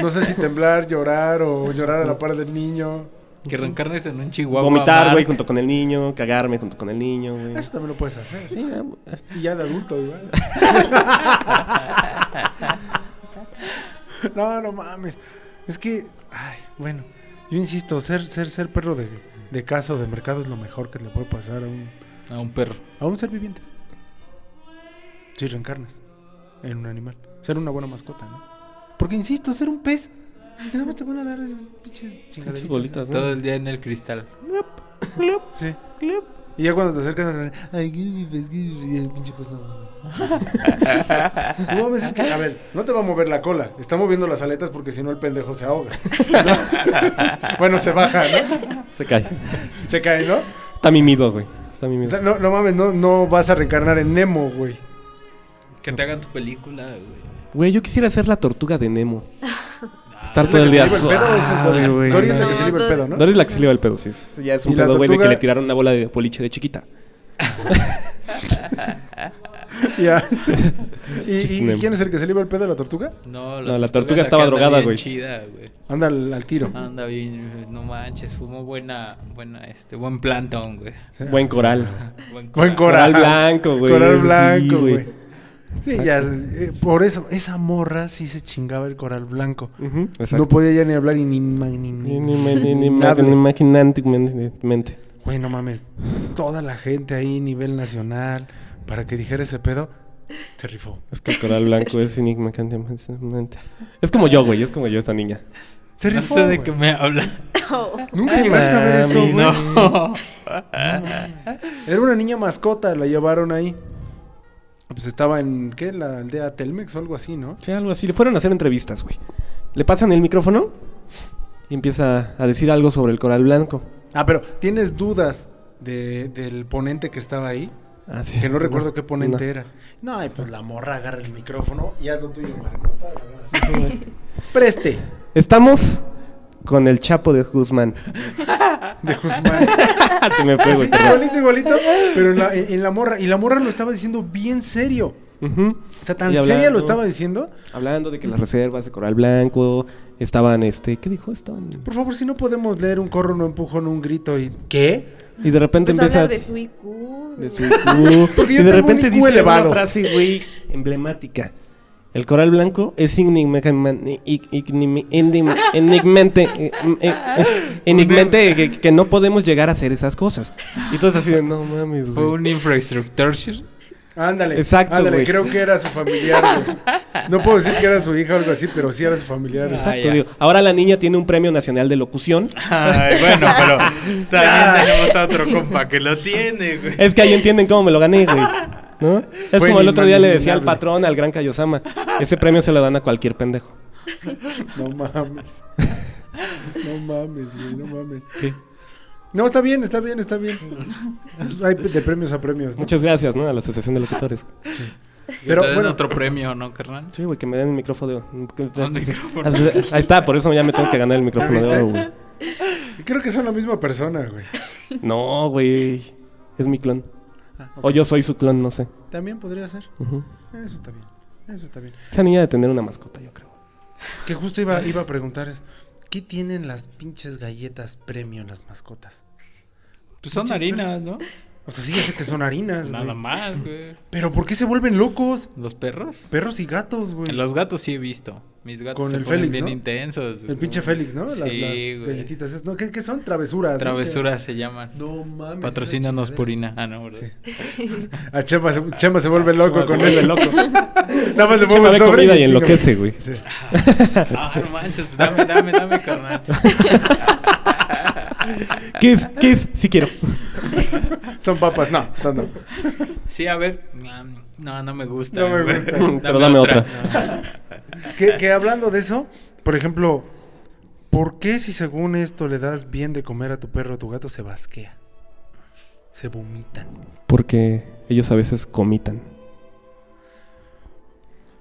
[SPEAKER 2] No sé si temblar, llorar o llorar a la par del niño.
[SPEAKER 4] Que reencarnes en un chihuahua.
[SPEAKER 3] Vomitar, güey,
[SPEAKER 4] Mark.
[SPEAKER 3] junto con el niño, cagarme junto con el niño, güey.
[SPEAKER 2] Eso también lo puedes hacer.
[SPEAKER 3] Sí, ah, güey.
[SPEAKER 2] Y ya de adulto, igual. no, no mames. Es que, ay, bueno, yo insisto, ser, ser, ser perro de, de casa o de mercado es lo mejor que le puede pasar a un,
[SPEAKER 4] A un perro.
[SPEAKER 2] a un ser viviente. Si reencarnas en un animal. Ser una buena mascota, ¿no? Porque insisto, ser un pez. Nada más te van a dar esas pinches
[SPEAKER 3] Pinches
[SPEAKER 2] chingaderitas.
[SPEAKER 3] bolitas, ¿no?
[SPEAKER 4] Todo el día en el cristal.
[SPEAKER 2] Sí. Y ya cuando te acercas, me dicen, ay, qué mi pez, qué mi- el pinche pez no, no, no". No mames, es que, a ver, no te va a mover la cola. Está moviendo las aletas porque si no el pendejo se ahoga. bueno, se baja, ¿no?
[SPEAKER 3] Se cae.
[SPEAKER 2] Se cae, ¿no?
[SPEAKER 3] Está mimido, güey. Está
[SPEAKER 2] O
[SPEAKER 3] mimido.
[SPEAKER 2] sea, no, no mames, no, no vas a reencarnar en Nemo, güey.
[SPEAKER 4] Que te hagan tu película, güey.
[SPEAKER 3] Güey, yo quisiera ser la tortuga de Nemo. Estar
[SPEAKER 2] Es
[SPEAKER 3] todo
[SPEAKER 2] la
[SPEAKER 3] el
[SPEAKER 2] que
[SPEAKER 3] día
[SPEAKER 2] se lleva el pedo, esa es
[SPEAKER 3] suave,
[SPEAKER 2] Dory.
[SPEAKER 3] güey.
[SPEAKER 2] Dory es la que
[SPEAKER 5] No,
[SPEAKER 2] se lleva el
[SPEAKER 5] Dory-
[SPEAKER 2] pedo, ¿no?
[SPEAKER 3] Dory es la que se le va el pedo, sí. es- Ya es un
[SPEAKER 2] Y la
[SPEAKER 3] pedo, güey, de que
[SPEAKER 2] tortuga-
[SPEAKER 3] le tiraron una bola de boliche de chiquita.
[SPEAKER 2] Ya. ¿Y,
[SPEAKER 3] Chiste
[SPEAKER 2] y- y
[SPEAKER 3] Nemo.
[SPEAKER 2] quién es el que se lleva el pedo de la tortuga?
[SPEAKER 4] No,
[SPEAKER 3] No, la tortuga estaba
[SPEAKER 4] que anda
[SPEAKER 3] drogada,
[SPEAKER 4] bien
[SPEAKER 3] güey.
[SPEAKER 4] chida, güey.
[SPEAKER 2] Anda al, al tiro.
[SPEAKER 4] Anda bien, no manches, fumó buena, buena, este, buen plantón, güey.
[SPEAKER 3] Buen coral.
[SPEAKER 2] Buen coral.
[SPEAKER 4] corazón.
[SPEAKER 3] Coral blanco, güey.
[SPEAKER 2] Coral
[SPEAKER 3] Sí,
[SPEAKER 2] blanco, güey. Sí, ya, eh, por eso, esa morra sí se chingaba el coral blanco.
[SPEAKER 3] Ujú,
[SPEAKER 2] No
[SPEAKER 3] exacto.
[SPEAKER 2] podía ya ni hablar y ni, ma- ni, ni-
[SPEAKER 3] Ni- ni- ni- ni- ni-
[SPEAKER 2] Nada.
[SPEAKER 3] ni- Imaginantemente.
[SPEAKER 2] Güey, no mames. Toda la gente ahí, nivel nacional, para que dijera ese pedo, se rifó.
[SPEAKER 3] Es que el coral blanco es enigmacantemente. Es como yo, güey. Es como yo, esta niña.
[SPEAKER 2] Se
[SPEAKER 4] No
[SPEAKER 2] rifó.
[SPEAKER 4] sé de
[SPEAKER 2] güey.
[SPEAKER 4] qué me habla.
[SPEAKER 5] Oh. Pues
[SPEAKER 2] Nunca llegaste a ver
[SPEAKER 7] Ah,
[SPEAKER 2] eso,
[SPEAKER 3] mami,
[SPEAKER 2] güey.
[SPEAKER 4] No.
[SPEAKER 2] Era una niña mascota, la llevaron ahí. Pues estaba en, ¿qué? La aldea Telmex o algo así, ¿no?
[SPEAKER 3] Sí, algo así. Le fueron a hacer entrevistas, güey. Le pasan el micrófono y empieza a decir algo sobre el coral blanco.
[SPEAKER 2] Ah, pero ¿tienes dudas de- del ponente que estaba ahí?
[SPEAKER 3] Ah, sí.
[SPEAKER 2] Que no recuerdo qué ponente
[SPEAKER 3] no.
[SPEAKER 2] era. No, y pues la morra agarra el micrófono y haz lo tuyo, marmota, agarras. Preste.
[SPEAKER 3] Estamos con el Chapo de Guzmán. Ah,
[SPEAKER 2] De Guzmán.
[SPEAKER 3] Se me fue,
[SPEAKER 2] Sí,
[SPEAKER 3] güey, perdón.
[SPEAKER 2] igualito, igualito. Pero en la, en- en la morra. Y la morra lo estaba diciendo bien serio.
[SPEAKER 3] Ujú.
[SPEAKER 2] O sea, tan
[SPEAKER 3] Y
[SPEAKER 2] seria
[SPEAKER 3] hablando-
[SPEAKER 2] lo estaba diciendo.
[SPEAKER 3] Hablando de que las reservas de coral blanco estaban, este, ¿qué dijo? Estaban...
[SPEAKER 2] Por favor, si no podemos leer un corro, no empujón, un grito y. ¿Qué?
[SPEAKER 3] Y de repente
[SPEAKER 5] Pues
[SPEAKER 3] empieza...
[SPEAKER 5] hablar de su IQ.
[SPEAKER 3] de su IQ.
[SPEAKER 2] Porque
[SPEAKER 3] y
[SPEAKER 2] yo tengo
[SPEAKER 3] de
[SPEAKER 2] un
[SPEAKER 3] repente
[SPEAKER 2] IQ
[SPEAKER 3] dice
[SPEAKER 2] elevado.
[SPEAKER 3] una frase, güey, emblemática. El coral blanco es enigmante, enigmante, eh, eh, enigmante
[SPEAKER 2] em-
[SPEAKER 3] que, que no podemos llegar a hacer esas cosas. Y todos así de, no mames,
[SPEAKER 4] Fue
[SPEAKER 3] güey.
[SPEAKER 4] un infraestructor.
[SPEAKER 2] Ándale.
[SPEAKER 3] Exacto,
[SPEAKER 2] Ándale,
[SPEAKER 3] güey.
[SPEAKER 2] creo que era su familiar. güey. No puedo decir que era su hija o algo así, pero sí era su familiar.
[SPEAKER 4] Ah,
[SPEAKER 3] Exacto,
[SPEAKER 4] ya.
[SPEAKER 3] digo. Ahora la niña tiene un premio nacional de locución.
[SPEAKER 7] Ay, bueno, pero también tenemos a otro compa que lo tiene, güey.
[SPEAKER 3] Es que ahí entienden cómo me lo gané, güey. ¿No? Es
[SPEAKER 2] Fue
[SPEAKER 3] como el otro día le decía al
[SPEAKER 2] inimaginable.
[SPEAKER 3] patrón, al gran Kayosama. Ese premio se lo dan a cualquier pendejo.
[SPEAKER 2] No mames. No mames, güey, no mames. No, está bien, está bien, está bien. Hay de premios a premios. ¿no?
[SPEAKER 3] Muchas gracias, ¿no? A la Asociación de Locutores.
[SPEAKER 2] Pero,
[SPEAKER 4] Pero bueno,
[SPEAKER 2] bueno.
[SPEAKER 4] otro premio, ¿no, carnal?
[SPEAKER 3] Sí, güey, que me den el micrófono. de-
[SPEAKER 4] Un micrófono.
[SPEAKER 3] Ahí está, por eso ya me tengo que ganar el micrófono de oro, güey.
[SPEAKER 2] Creo que son la misma persona, güey.
[SPEAKER 3] No, güey. Es mi clon.
[SPEAKER 2] Ah, ok.
[SPEAKER 3] O yo soy su clon, no sé.
[SPEAKER 2] También podría ser.
[SPEAKER 3] Ujú.
[SPEAKER 2] Eso está bien. Eso está bien.
[SPEAKER 3] Esa niña de tener una mascota, yo creo.
[SPEAKER 2] Que justo iba, iba a preguntar es, ¿qué tienen las pinches galletas premio las mascotas?
[SPEAKER 4] Pues son harinas, ¿no?
[SPEAKER 2] O sea, sí, ya sé que son harinas,
[SPEAKER 4] Nada
[SPEAKER 2] güey.
[SPEAKER 4] más, güey.
[SPEAKER 2] Pero ¿por qué se vuelven locos?
[SPEAKER 4] ¿Los perros?
[SPEAKER 2] Perros y gatos, güey.
[SPEAKER 4] Los gatos sí he visto. Mis gatos
[SPEAKER 2] Con
[SPEAKER 4] se
[SPEAKER 2] el
[SPEAKER 4] ponen
[SPEAKER 2] Félix,
[SPEAKER 4] bien
[SPEAKER 2] ¿no?
[SPEAKER 4] intensos.
[SPEAKER 2] El pinche Félix, ¿no? Las,
[SPEAKER 4] Sí,
[SPEAKER 2] las
[SPEAKER 4] güey.
[SPEAKER 2] galletitas. es- no, ¿qué, qué son? Travesuras. ¿no?
[SPEAKER 4] Travesuras se llaman.
[SPEAKER 2] No mames.
[SPEAKER 4] Patrocínanos Purina. Ah, no, ¿verdad?
[SPEAKER 2] ¿eh? Sí. A Chema se, Chema se vuelve loco
[SPEAKER 3] Chema se
[SPEAKER 2] con
[SPEAKER 3] vuelve
[SPEAKER 2] él.
[SPEAKER 3] loco.
[SPEAKER 2] Nada más le
[SPEAKER 3] Chema
[SPEAKER 2] pongo el
[SPEAKER 3] ve
[SPEAKER 2] sobre
[SPEAKER 3] comida y
[SPEAKER 2] chinga,
[SPEAKER 3] enloquece, güey.
[SPEAKER 2] Sí.
[SPEAKER 4] Ah, no manches. Dame, dame, dame, carnal.
[SPEAKER 3] ¿Qué es? ¿Qué es? Sí quiero.
[SPEAKER 2] Son papas, no, no, no.
[SPEAKER 4] Sí, a ver. Mm, No, no me gusta.
[SPEAKER 2] No me
[SPEAKER 4] güey.
[SPEAKER 2] gusta.
[SPEAKER 3] Pero dame otra.
[SPEAKER 2] Que, que hablando de eso, por ejemplo, ¿por qué si según esto le das bien de comer a tu perro o tu gato se basquea? Se vomitan.
[SPEAKER 3] Porque ellos a veces comitan.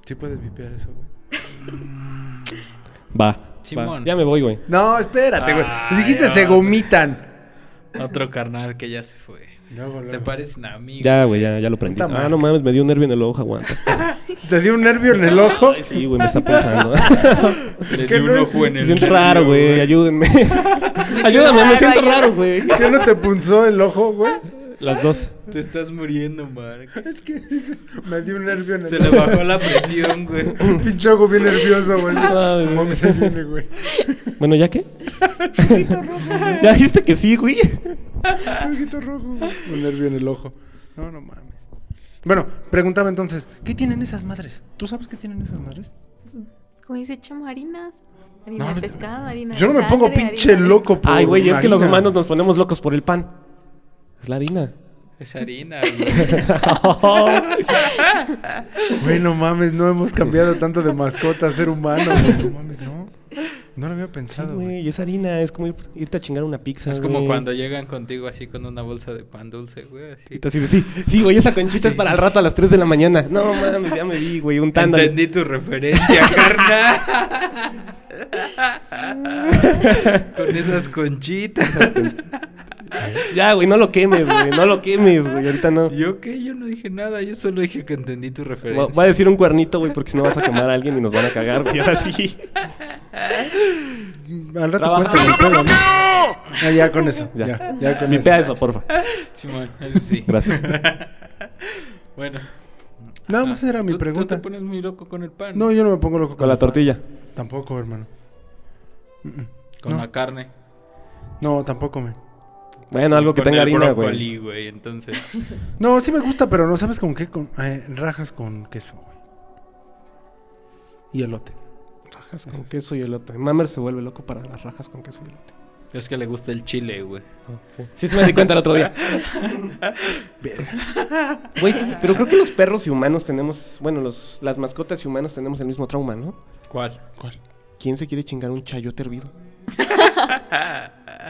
[SPEAKER 2] Sí puedes vipear eso, güey.
[SPEAKER 3] Va. va.
[SPEAKER 4] Simón.
[SPEAKER 3] Ya me voy, güey.
[SPEAKER 2] No, espérate, güey.
[SPEAKER 3] Ah,
[SPEAKER 4] Ay,
[SPEAKER 2] Dijiste
[SPEAKER 4] no.
[SPEAKER 2] se vomitan.
[SPEAKER 4] Otro carnal que ya se fue. Se parecen a mí.
[SPEAKER 3] Ya, güey, ya, ya lo prendí.
[SPEAKER 2] Puta
[SPEAKER 3] Ah,
[SPEAKER 2] madre.
[SPEAKER 3] no mames, me dio un nervio en el ojo, aguanta.
[SPEAKER 2] Te dio un nervio en el ojo.
[SPEAKER 3] Ay, sí, güey, me está pulsando.
[SPEAKER 8] Le
[SPEAKER 2] Que
[SPEAKER 8] di
[SPEAKER 2] no
[SPEAKER 8] un
[SPEAKER 2] es-
[SPEAKER 8] ojo en
[SPEAKER 3] Me
[SPEAKER 8] el.
[SPEAKER 3] siento raro,
[SPEAKER 8] nervio,
[SPEAKER 3] güey, ayúdenme. Ayúdame, me siento raro, güey.
[SPEAKER 2] ¿Qué no te punzó el ojo, güey?
[SPEAKER 3] Las dos.
[SPEAKER 8] Te estás muriendo, Mark.
[SPEAKER 2] Me dio un nervio en el
[SPEAKER 4] Se le bajó la presión, güey.
[SPEAKER 2] Pinche ojo bien nervioso, güey.
[SPEAKER 3] Ay,
[SPEAKER 2] Como que se viene, güey.
[SPEAKER 3] Bueno, ¿ya qué? ya dijiste que sí, güey.
[SPEAKER 2] Un ojito rojo, güey. Un nervio en el ojo. No, no mames. Bueno, preguntaba entonces, ¿qué tienen esas madres? ¿Tú sabes qué tienen esas madres?
[SPEAKER 5] Como dice Chema, harinas. Harina
[SPEAKER 2] No,
[SPEAKER 5] de
[SPEAKER 2] no-
[SPEAKER 5] pescado, harina
[SPEAKER 2] Yo no
[SPEAKER 5] de
[SPEAKER 2] me pongo
[SPEAKER 5] sangre,
[SPEAKER 2] pinche
[SPEAKER 5] harina de-
[SPEAKER 2] loco por
[SPEAKER 3] Ay, güey, es que los
[SPEAKER 2] harina.
[SPEAKER 3] humanos nos ponemos locos por el pan. Es la harina.
[SPEAKER 4] Es harina, güey.
[SPEAKER 2] Güey, no mames, no hemos cambiado tanto de mascota a ser humano. güey. No mames, no. No lo había
[SPEAKER 3] Sí,
[SPEAKER 2] pensado, güey.
[SPEAKER 3] güey, es harina. Es como ir- irte a chingar una pizza.
[SPEAKER 4] Es como
[SPEAKER 3] güey.
[SPEAKER 4] cuando llegan contigo así con una bolsa de pan dulce, güey.
[SPEAKER 3] Y
[SPEAKER 4] Así.
[SPEAKER 3] tú así de, sí, sí, güey, esa conchita es para el rato a las 3 de la mañana. No mames, ya me vi, güey, un tándalo.
[SPEAKER 8] Entendí tu referencia, carnal. Con esas conchitas.
[SPEAKER 3] Ya, güey, no lo quemes, güey, no lo quemes, güey, ahorita no.
[SPEAKER 8] ¿Yo qué? Yo no dije nada. Yo solo dije que entendí tu referencia.
[SPEAKER 3] Va va a decir un cuernito, güey, porque si no vas a quemar a alguien y nos van a cagar, güey, ahora sí.
[SPEAKER 2] Al rato
[SPEAKER 3] Trabaja.
[SPEAKER 2] cuéntame el pedo, ¿no? Ah, ya con eso. Ya, ya,
[SPEAKER 3] Ya.
[SPEAKER 2] con eso.
[SPEAKER 3] Vipea eso, porfa.
[SPEAKER 4] Simón, eso sí.
[SPEAKER 3] Gracias.
[SPEAKER 4] Bueno.
[SPEAKER 2] Nada
[SPEAKER 3] Ah.
[SPEAKER 2] más
[SPEAKER 4] Ajá.
[SPEAKER 2] era mi
[SPEAKER 4] Tú- Tú
[SPEAKER 2] pregunta.
[SPEAKER 4] te pones muy loco con el pan.
[SPEAKER 2] No, yo no me pongo loco
[SPEAKER 3] Con la
[SPEAKER 2] el pan.
[SPEAKER 3] tortilla.
[SPEAKER 2] Tampoco, hermano. Mm, mm.
[SPEAKER 4] Con
[SPEAKER 2] no.
[SPEAKER 4] la carne.
[SPEAKER 2] No, tampoco, me.
[SPEAKER 3] Bueno, algo que
[SPEAKER 4] Con
[SPEAKER 3] tenga
[SPEAKER 4] el
[SPEAKER 3] harina, güey.
[SPEAKER 4] brócoli, güey. Entonces,
[SPEAKER 2] No, sí me gusta, pero no sabes con qué. Con, eh, rajas con queso, güey. Y elote.
[SPEAKER 3] Rajas con queso y elote. Mamer se vuelve loco para las rajas con queso y elote.
[SPEAKER 4] es que le gusta el chile, güey.
[SPEAKER 3] Oh, Sí, sí se me di cuenta el otro día. Güey, pero creo que los perros y humanos tenemos, bueno, los, las mascotas y humanos tenemos el mismo trauma, ¿no?
[SPEAKER 4] ¿Cuál?
[SPEAKER 3] ¿Quién se quiere chingar un chayote hervido?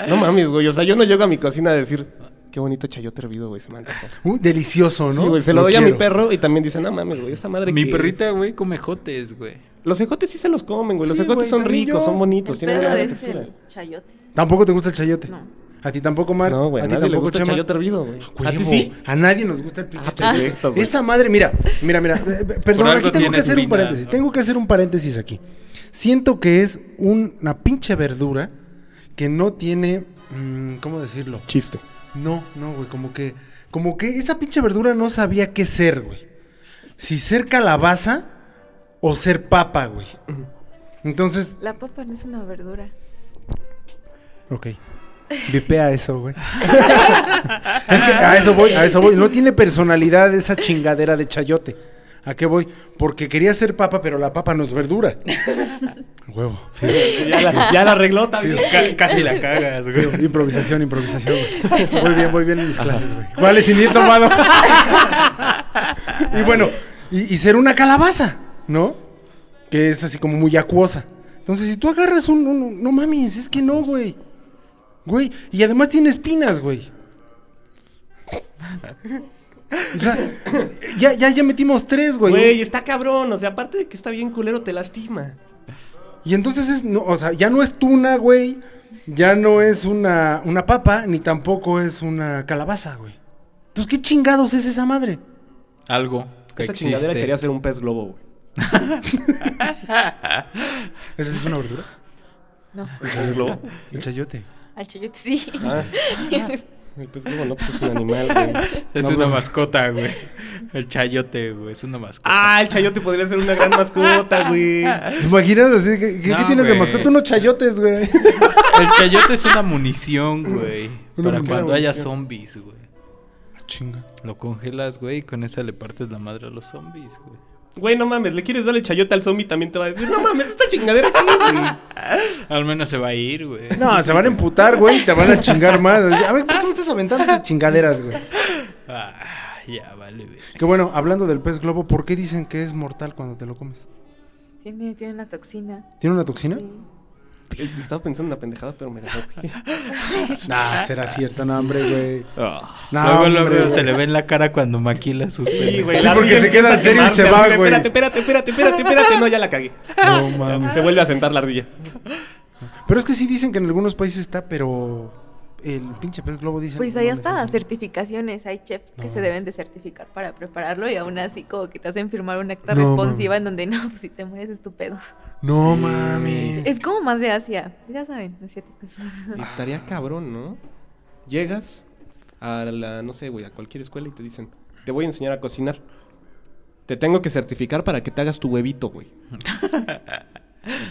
[SPEAKER 3] no mames, güey. O sea, yo no llego a mi cocina a decir, qué bonito chayote hervido, güey, se me antojó".
[SPEAKER 2] Uh, delicioso, ¿no?
[SPEAKER 3] Sí, güey, se lo, doy a mi
[SPEAKER 2] quiero.
[SPEAKER 3] perro y también dice, no mames, güey, esta madre
[SPEAKER 4] Mi
[SPEAKER 3] que-
[SPEAKER 4] perrita, güey, come jotes, güey.
[SPEAKER 3] Los ejotes sí se los comen, güey. Los
[SPEAKER 2] Sí,
[SPEAKER 3] ejotes
[SPEAKER 2] güey,
[SPEAKER 3] son
[SPEAKER 2] también
[SPEAKER 3] ricos,
[SPEAKER 2] yo.
[SPEAKER 3] son
[SPEAKER 5] El
[SPEAKER 3] bonitos, tienen
[SPEAKER 5] pedo
[SPEAKER 3] una buena
[SPEAKER 5] es
[SPEAKER 3] textura.
[SPEAKER 5] el chayote.
[SPEAKER 2] ¿Tampoco te gusta el chayote?
[SPEAKER 5] No.
[SPEAKER 2] A ti tampoco, Mar.
[SPEAKER 3] No, güey, a
[SPEAKER 2] a ti
[SPEAKER 3] nadie le
[SPEAKER 2] tampoco,
[SPEAKER 3] gusta el
[SPEAKER 2] Chema?
[SPEAKER 3] chayote hervido, güey.
[SPEAKER 2] Huevo,
[SPEAKER 3] ¿A ti sí?
[SPEAKER 2] A nadie nos gusta el pinche chayote.
[SPEAKER 3] perfecto, güey.
[SPEAKER 2] Esa madre, mira, mira, mira. eh, eh, Perdón,
[SPEAKER 4] algo
[SPEAKER 2] aquí tengo que
[SPEAKER 4] tienes
[SPEAKER 2] hacer un
[SPEAKER 4] urina,
[SPEAKER 2] paréntesis.
[SPEAKER 4] ¿no?
[SPEAKER 2] Tengo que hacer un paréntesis aquí. Siento que es un- una pinche verdura que no tiene. mm, ¿Cómo decirlo?
[SPEAKER 3] Chiste.
[SPEAKER 2] No, no, güey, como que, como que esa pinche verdura no sabía qué ser, güey. Si ser calabaza o ser papa, güey. Entonces,
[SPEAKER 5] La papa no es una verdura.
[SPEAKER 2] ok. Vipea eso, güey. es que a eso voy, a eso voy. No tiene personalidad esa chingadera de chayote. ¿A qué voy? Porque quería ser papa, pero la papa no es verdura. Huevo.
[SPEAKER 3] Ya la, ya la arregló también.
[SPEAKER 8] Ca- casi la cagas, güey.
[SPEAKER 2] Improvisación, improvisación, güey. Muy bien, muy bien en mis clases, güey. Vale, sin ir tomado. y bueno, y, y ser una calabaza, ¿no? Que es así como muy acuosa. Entonces, si tú agarras un... un- no mames, es que no, güey. Güey, y además tiene espinas, güey. O sea, ya, ya, ya metimos tres, güey.
[SPEAKER 3] Güey, está cabrón. O sea, aparte de que está bien culero, te lastima.
[SPEAKER 2] Y entonces es, no, o sea, ya no es tuna, güey. Ya no es una, una papa, ni tampoco es una calabaza, güey. Entonces, ¿qué chingados es esa madre?
[SPEAKER 4] Algo que
[SPEAKER 3] Esa
[SPEAKER 4] existe.
[SPEAKER 3] chingadera quería ser un pez globo, güey.
[SPEAKER 2] ¿Esa sí es una verdura?
[SPEAKER 5] No,
[SPEAKER 3] ¿Pez globo?
[SPEAKER 2] El chayote.
[SPEAKER 5] al chayote sí.
[SPEAKER 3] Ah, el pez globo no, pues es un animal, güey.
[SPEAKER 4] Es
[SPEAKER 3] No,
[SPEAKER 4] una
[SPEAKER 3] güey.
[SPEAKER 4] mascota, güey. El chayote, güey. Es una mascota.
[SPEAKER 3] Ah, el chayote podría ser una gran mascota, güey.
[SPEAKER 2] ¿Te imaginas así? ¿Qué, qué-
[SPEAKER 4] No,
[SPEAKER 2] qué tienes de
[SPEAKER 4] güey.
[SPEAKER 2] mascota? Unos chayotes, güey.
[SPEAKER 4] El chayote es una munición, güey.
[SPEAKER 2] Una
[SPEAKER 4] Para
[SPEAKER 2] buena
[SPEAKER 4] cuando haya
[SPEAKER 2] munición.
[SPEAKER 4] zombies, güey.
[SPEAKER 2] Chinga.
[SPEAKER 4] Lo congelas, güey, y con esa le partes la madre a los zombies, güey.
[SPEAKER 3] Güey, no mames, le quieres dar el chayote al zombie también te va a decir, no mames, esta chingadera qué, güey.
[SPEAKER 4] Al menos se va a ir, güey.
[SPEAKER 2] No, se van a emputar, güey. Te van a chingar más. A ver, ¿por qué me estás aventando esas chingaderas, güey?
[SPEAKER 4] Ah, ya, vale, güey.
[SPEAKER 2] Que bueno, hablando del pez globo, ¿por qué dicen que es mortal cuando te lo comes?
[SPEAKER 5] Tiene, tiene una toxina.
[SPEAKER 2] ¿Tiene una toxina?
[SPEAKER 5] Sí.
[SPEAKER 3] Eh, Estaba pensando en una pendejada, pero me dejó, güey.
[SPEAKER 2] Nah, Ah, será cierta, no, hombre, güey. ah. No,
[SPEAKER 4] luego, luego
[SPEAKER 2] hombre,
[SPEAKER 4] se
[SPEAKER 2] güey.
[SPEAKER 4] le ve en la cara cuando maquila sus
[SPEAKER 3] Sí,
[SPEAKER 4] pelos.
[SPEAKER 3] güey,
[SPEAKER 2] Sí,
[SPEAKER 3] la
[SPEAKER 2] porque
[SPEAKER 3] ardilla
[SPEAKER 2] se queda
[SPEAKER 3] empieza a
[SPEAKER 2] serio y se
[SPEAKER 3] quemarse,
[SPEAKER 2] va,
[SPEAKER 3] güey.
[SPEAKER 2] güey.
[SPEAKER 3] Espérate, espérate, espérate, espérate, espérate. No, ya la cagué.
[SPEAKER 2] No mames.
[SPEAKER 3] Se vuelve a sentar la ardilla.
[SPEAKER 2] Pero es que sí dicen que en algunos países está, pero el pinche pez globo dice.
[SPEAKER 5] Pues
[SPEAKER 2] no
[SPEAKER 5] hay
[SPEAKER 2] mames,
[SPEAKER 5] hasta
[SPEAKER 2] eso.
[SPEAKER 5] certificaciones, hay chefs que
[SPEAKER 2] No
[SPEAKER 5] se deben de certificar para prepararlo y aún así como que te hacen firmar una acta
[SPEAKER 2] No,
[SPEAKER 5] responsiva en donde no, pues si te mueres es tu pedo.
[SPEAKER 2] No mames.
[SPEAKER 5] Es como más de Asia, ya saben, asiáticos.
[SPEAKER 2] Ah.
[SPEAKER 3] Estaría cabrón, ¿no? Llegas a la, no sé, güey, a cualquier escuela y te dicen, te voy a enseñar a cocinar. Te tengo que certificar para que te hagas tu huevito, güey.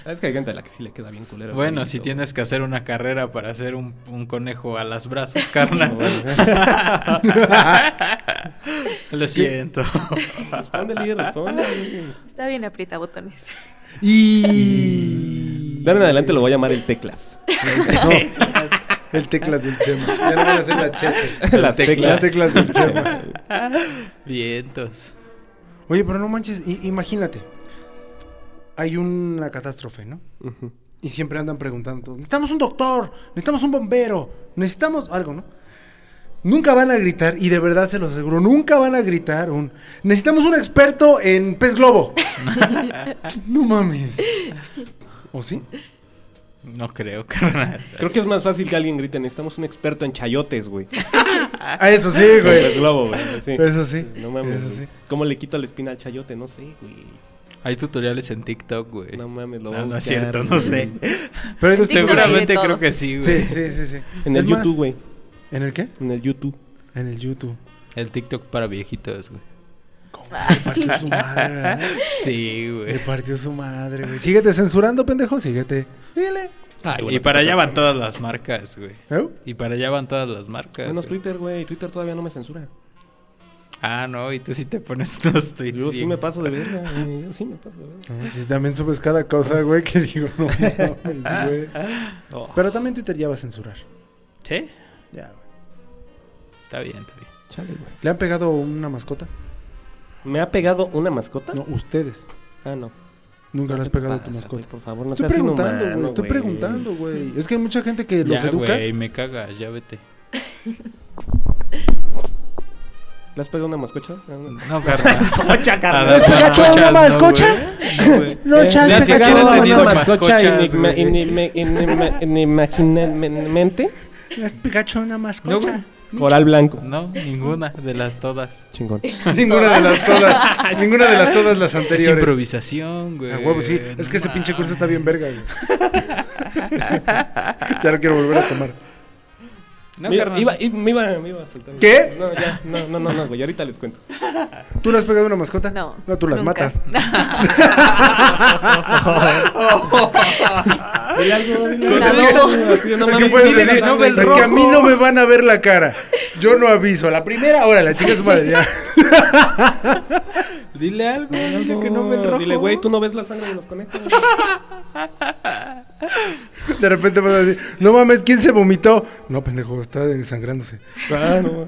[SPEAKER 3] es que hay gente a la que sí le queda bien culero. el
[SPEAKER 4] Bueno,
[SPEAKER 3] huevito,
[SPEAKER 4] si
[SPEAKER 3] güey.
[SPEAKER 4] tienes que hacer una carrera para hacer un, un conejo a las brasas, carnal. Lo siento.
[SPEAKER 3] Responde, líder, responde.
[SPEAKER 5] Está bien, aprieta botones.
[SPEAKER 2] Y.
[SPEAKER 3] De ahora en adelante lo voy a llamar el teclas.
[SPEAKER 2] No. El teclas del chema. Ya no voy a hacer la checa.
[SPEAKER 3] Las
[SPEAKER 2] Las teclas del chema.
[SPEAKER 4] Vientos.
[SPEAKER 2] Oye, pero no manches, i- imagínate. Hay una catástrofe, ¿no?
[SPEAKER 3] Ujú.
[SPEAKER 2] Y siempre andan preguntando, necesitamos un doctor, necesitamos un bombero, necesitamos algo, ¿no? Nunca van a gritar, y de verdad se los aseguro, nunca van a gritar un, necesitamos un experto en pez globo. no mames. ¿O sí?
[SPEAKER 4] No creo, carnal.
[SPEAKER 3] Creo que es más fácil que alguien grite, necesitamos un experto en chayotes, güey.
[SPEAKER 2] Ah, eso sí,
[SPEAKER 3] Con el
[SPEAKER 2] güey.
[SPEAKER 3] globo, güey. sí.
[SPEAKER 2] Eso sí.
[SPEAKER 3] No mames.
[SPEAKER 2] Eso
[SPEAKER 3] güey.
[SPEAKER 2] sí.
[SPEAKER 3] ¿Cómo le quito la espina al chayote? No sé, güey.
[SPEAKER 4] Hay tutoriales en TikTok, güey.
[SPEAKER 3] No
[SPEAKER 4] No,
[SPEAKER 3] mames, lo
[SPEAKER 4] no,
[SPEAKER 3] voy a
[SPEAKER 4] es
[SPEAKER 3] buscar,
[SPEAKER 4] cierto, no
[SPEAKER 3] güey.
[SPEAKER 4] sé.
[SPEAKER 2] Pero hay dos
[SPEAKER 5] TikTok
[SPEAKER 2] tipos.
[SPEAKER 5] hay de
[SPEAKER 4] Seguramente
[SPEAKER 5] todo.
[SPEAKER 4] creo que sí, güey.
[SPEAKER 2] Sí, sí, sí, sí.
[SPEAKER 3] En el
[SPEAKER 2] Es más,
[SPEAKER 3] YouTube, güey.
[SPEAKER 2] ¿En el qué?
[SPEAKER 3] En el YouTube.
[SPEAKER 2] En el YouTube.
[SPEAKER 4] El TikTok para viejitos, güey.
[SPEAKER 2] Le partió su madre, ¿verdad?
[SPEAKER 4] Sí,
[SPEAKER 2] Le
[SPEAKER 4] güey.
[SPEAKER 2] partió su madre, güey. Síguete censurando, pendejo, síguete. Dile.
[SPEAKER 4] y para allá van todas las marcas, güey.
[SPEAKER 2] ¿Eh?
[SPEAKER 4] Y para allá van todas las marcas.
[SPEAKER 3] Menos
[SPEAKER 4] güey.
[SPEAKER 3] Twitter, güey. Twitter todavía no me censura.
[SPEAKER 4] Ah, no, y tú sí te pones unos tweets.
[SPEAKER 3] Yo sí
[SPEAKER 4] bien-
[SPEAKER 3] me paso de verga, güey. Yo sí me paso de verga.
[SPEAKER 2] No, si también subes cada cosa, güey, que digo, no mames, güey.
[SPEAKER 4] Oh.
[SPEAKER 2] Pero también Twitter ya va a censurar.
[SPEAKER 4] Sí,
[SPEAKER 2] Ya, güey.
[SPEAKER 4] está bien, está bien.
[SPEAKER 3] Chale, güey.
[SPEAKER 2] ¿Le han pegado una mascota?
[SPEAKER 3] ¿Me ha pegado una mascota?
[SPEAKER 2] No, ustedes.
[SPEAKER 3] Ah, no.
[SPEAKER 2] Nunca le has
[SPEAKER 3] ¿Qué
[SPEAKER 2] pegado a tu
[SPEAKER 3] pasa, güey?
[SPEAKER 2] mascota.
[SPEAKER 3] Por favor, no
[SPEAKER 2] Estoy
[SPEAKER 3] seas
[SPEAKER 2] preguntando,
[SPEAKER 3] inhumano,
[SPEAKER 2] güey. Estoy preguntando, güey. Es que hay mucha gente que los
[SPEAKER 4] Ya,
[SPEAKER 2] educa.
[SPEAKER 4] güey, me cagas, ya vete.
[SPEAKER 3] ¿Le has pegado una mascocha? Ah, no.
[SPEAKER 4] No, carnal.
[SPEAKER 3] ¡Cocha,
[SPEAKER 4] A
[SPEAKER 3] carnal!
[SPEAKER 4] las
[SPEAKER 2] Pikachu,
[SPEAKER 4] mascochas,
[SPEAKER 2] una
[SPEAKER 4] no,
[SPEAKER 2] mascocha?
[SPEAKER 4] güey. No, güey.
[SPEAKER 2] No,
[SPEAKER 3] Eh,
[SPEAKER 2] chas,
[SPEAKER 4] ya
[SPEAKER 3] si
[SPEAKER 2] Pikachu,
[SPEAKER 4] llegaron
[SPEAKER 3] gana
[SPEAKER 2] una
[SPEAKER 3] tenía
[SPEAKER 4] a tener
[SPEAKER 2] mascocha.
[SPEAKER 3] mascocha
[SPEAKER 4] mascochas,
[SPEAKER 3] enigma-
[SPEAKER 4] güey.
[SPEAKER 3] enigma- enigma- enigmaginalmente.
[SPEAKER 2] Es Pikachu, una
[SPEAKER 4] No,
[SPEAKER 2] mascocha.
[SPEAKER 4] güey.
[SPEAKER 3] Coral blanco.
[SPEAKER 4] No, ninguna de las todas.
[SPEAKER 3] Chingón.
[SPEAKER 2] Ninguna de las todas. ninguna de las todas las
[SPEAKER 4] Es
[SPEAKER 2] anteriores.
[SPEAKER 4] improvisación, güey.
[SPEAKER 2] A Ah, huevo, sí. Es que ese pinche curso está bien verga, güey. ya lo quiero volver a tomar.
[SPEAKER 4] No,
[SPEAKER 3] me,
[SPEAKER 4] carnal.
[SPEAKER 3] iba, i- me, iba, me iba a soltar.
[SPEAKER 2] ¿Qué?
[SPEAKER 3] No, ya, no, no, no, no, güey. Ahorita les cuento.
[SPEAKER 2] ¿Tú le has pegado una mascota?
[SPEAKER 5] No.
[SPEAKER 2] No, tú las
[SPEAKER 5] nunca.
[SPEAKER 2] matas.
[SPEAKER 3] Dile algo, dile
[SPEAKER 5] Con-
[SPEAKER 3] algo, así, no
[SPEAKER 2] Es
[SPEAKER 3] mames,
[SPEAKER 2] que puedes
[SPEAKER 3] dile,
[SPEAKER 2] decir,
[SPEAKER 3] no, güey,
[SPEAKER 2] es que a mí
[SPEAKER 3] rojo.
[SPEAKER 2] no me van a ver la cara. Yo no aviso. La primera, ahora la chica es madre. Ya.
[SPEAKER 4] Dile algo, dile que no me
[SPEAKER 3] No,
[SPEAKER 4] enrojo.
[SPEAKER 3] Dile, güey, tú no ves la sangre de los conejos.
[SPEAKER 2] De repente vas a decir, no mames, ¿quién se vomitó? No, pendejo, está sangrándose.
[SPEAKER 3] Ah, no.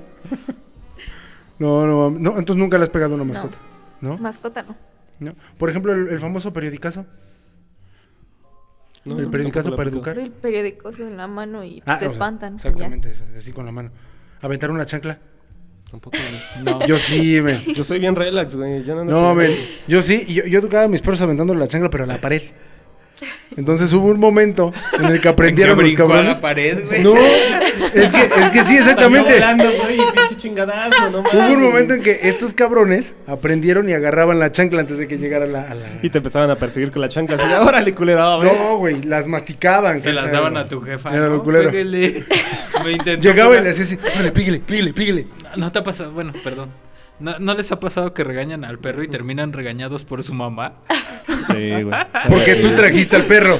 [SPEAKER 2] No, no mames. No, entonces nunca le has pegado una mascota. ¿No?
[SPEAKER 5] Mascota no.
[SPEAKER 2] No. Por ejemplo, el, el famoso periodicazo.
[SPEAKER 3] No,
[SPEAKER 2] el
[SPEAKER 3] no,
[SPEAKER 2] periodicazo
[SPEAKER 3] tampoco
[SPEAKER 2] para
[SPEAKER 3] la pico.
[SPEAKER 2] educar.
[SPEAKER 5] El periódico en la mano y pues,
[SPEAKER 2] Ah,
[SPEAKER 5] se
[SPEAKER 2] o sea,
[SPEAKER 5] espantan. ya.
[SPEAKER 2] exactamente, eso, así con la mano. Aventar una chancla.
[SPEAKER 3] Tampoco, güey.
[SPEAKER 2] Yo sí, men.
[SPEAKER 3] Yo soy bien relax, güey. Yo no, ando
[SPEAKER 2] No,
[SPEAKER 3] con-
[SPEAKER 2] men. Yo sí, yo, yo educaba a mis perros aventando la chancla, pero a la pared. Entonces hubo un momento en el que aprendieron
[SPEAKER 6] que
[SPEAKER 2] los
[SPEAKER 6] brincó a la
[SPEAKER 2] cabrones.
[SPEAKER 6] pared, güey.
[SPEAKER 2] No, es que, es que sí,
[SPEAKER 3] Salió
[SPEAKER 2] exactamente.
[SPEAKER 3] volando, güey, y pinche chingadazo, no
[SPEAKER 2] Hubo
[SPEAKER 3] mames.
[SPEAKER 2] un momento en que estos cabrones aprendieron y agarraban la chancla antes de que llegara la. a la-
[SPEAKER 3] Y te empezaban a perseguir con la chancla. Así, órale, culera, güey.
[SPEAKER 2] No, güey, las masticaban.
[SPEAKER 6] Se
[SPEAKER 2] que, o
[SPEAKER 6] las
[SPEAKER 2] sea,
[SPEAKER 6] daban a tu jefa.
[SPEAKER 2] Era
[SPEAKER 6] ¿no?
[SPEAKER 2] lo culero.
[SPEAKER 6] Pégale. Me intentó
[SPEAKER 2] Llegaba y
[SPEAKER 6] pegar.
[SPEAKER 2] le hacía así, órale, píguele, píguele, píguele.
[SPEAKER 4] ¿No te ha pasado? Bueno, perdón. ¿No, no les ha pasado que regañan al perro y terminan regañados por su mamá?
[SPEAKER 3] Sí, güey.
[SPEAKER 2] Porque tú trajiste al perro.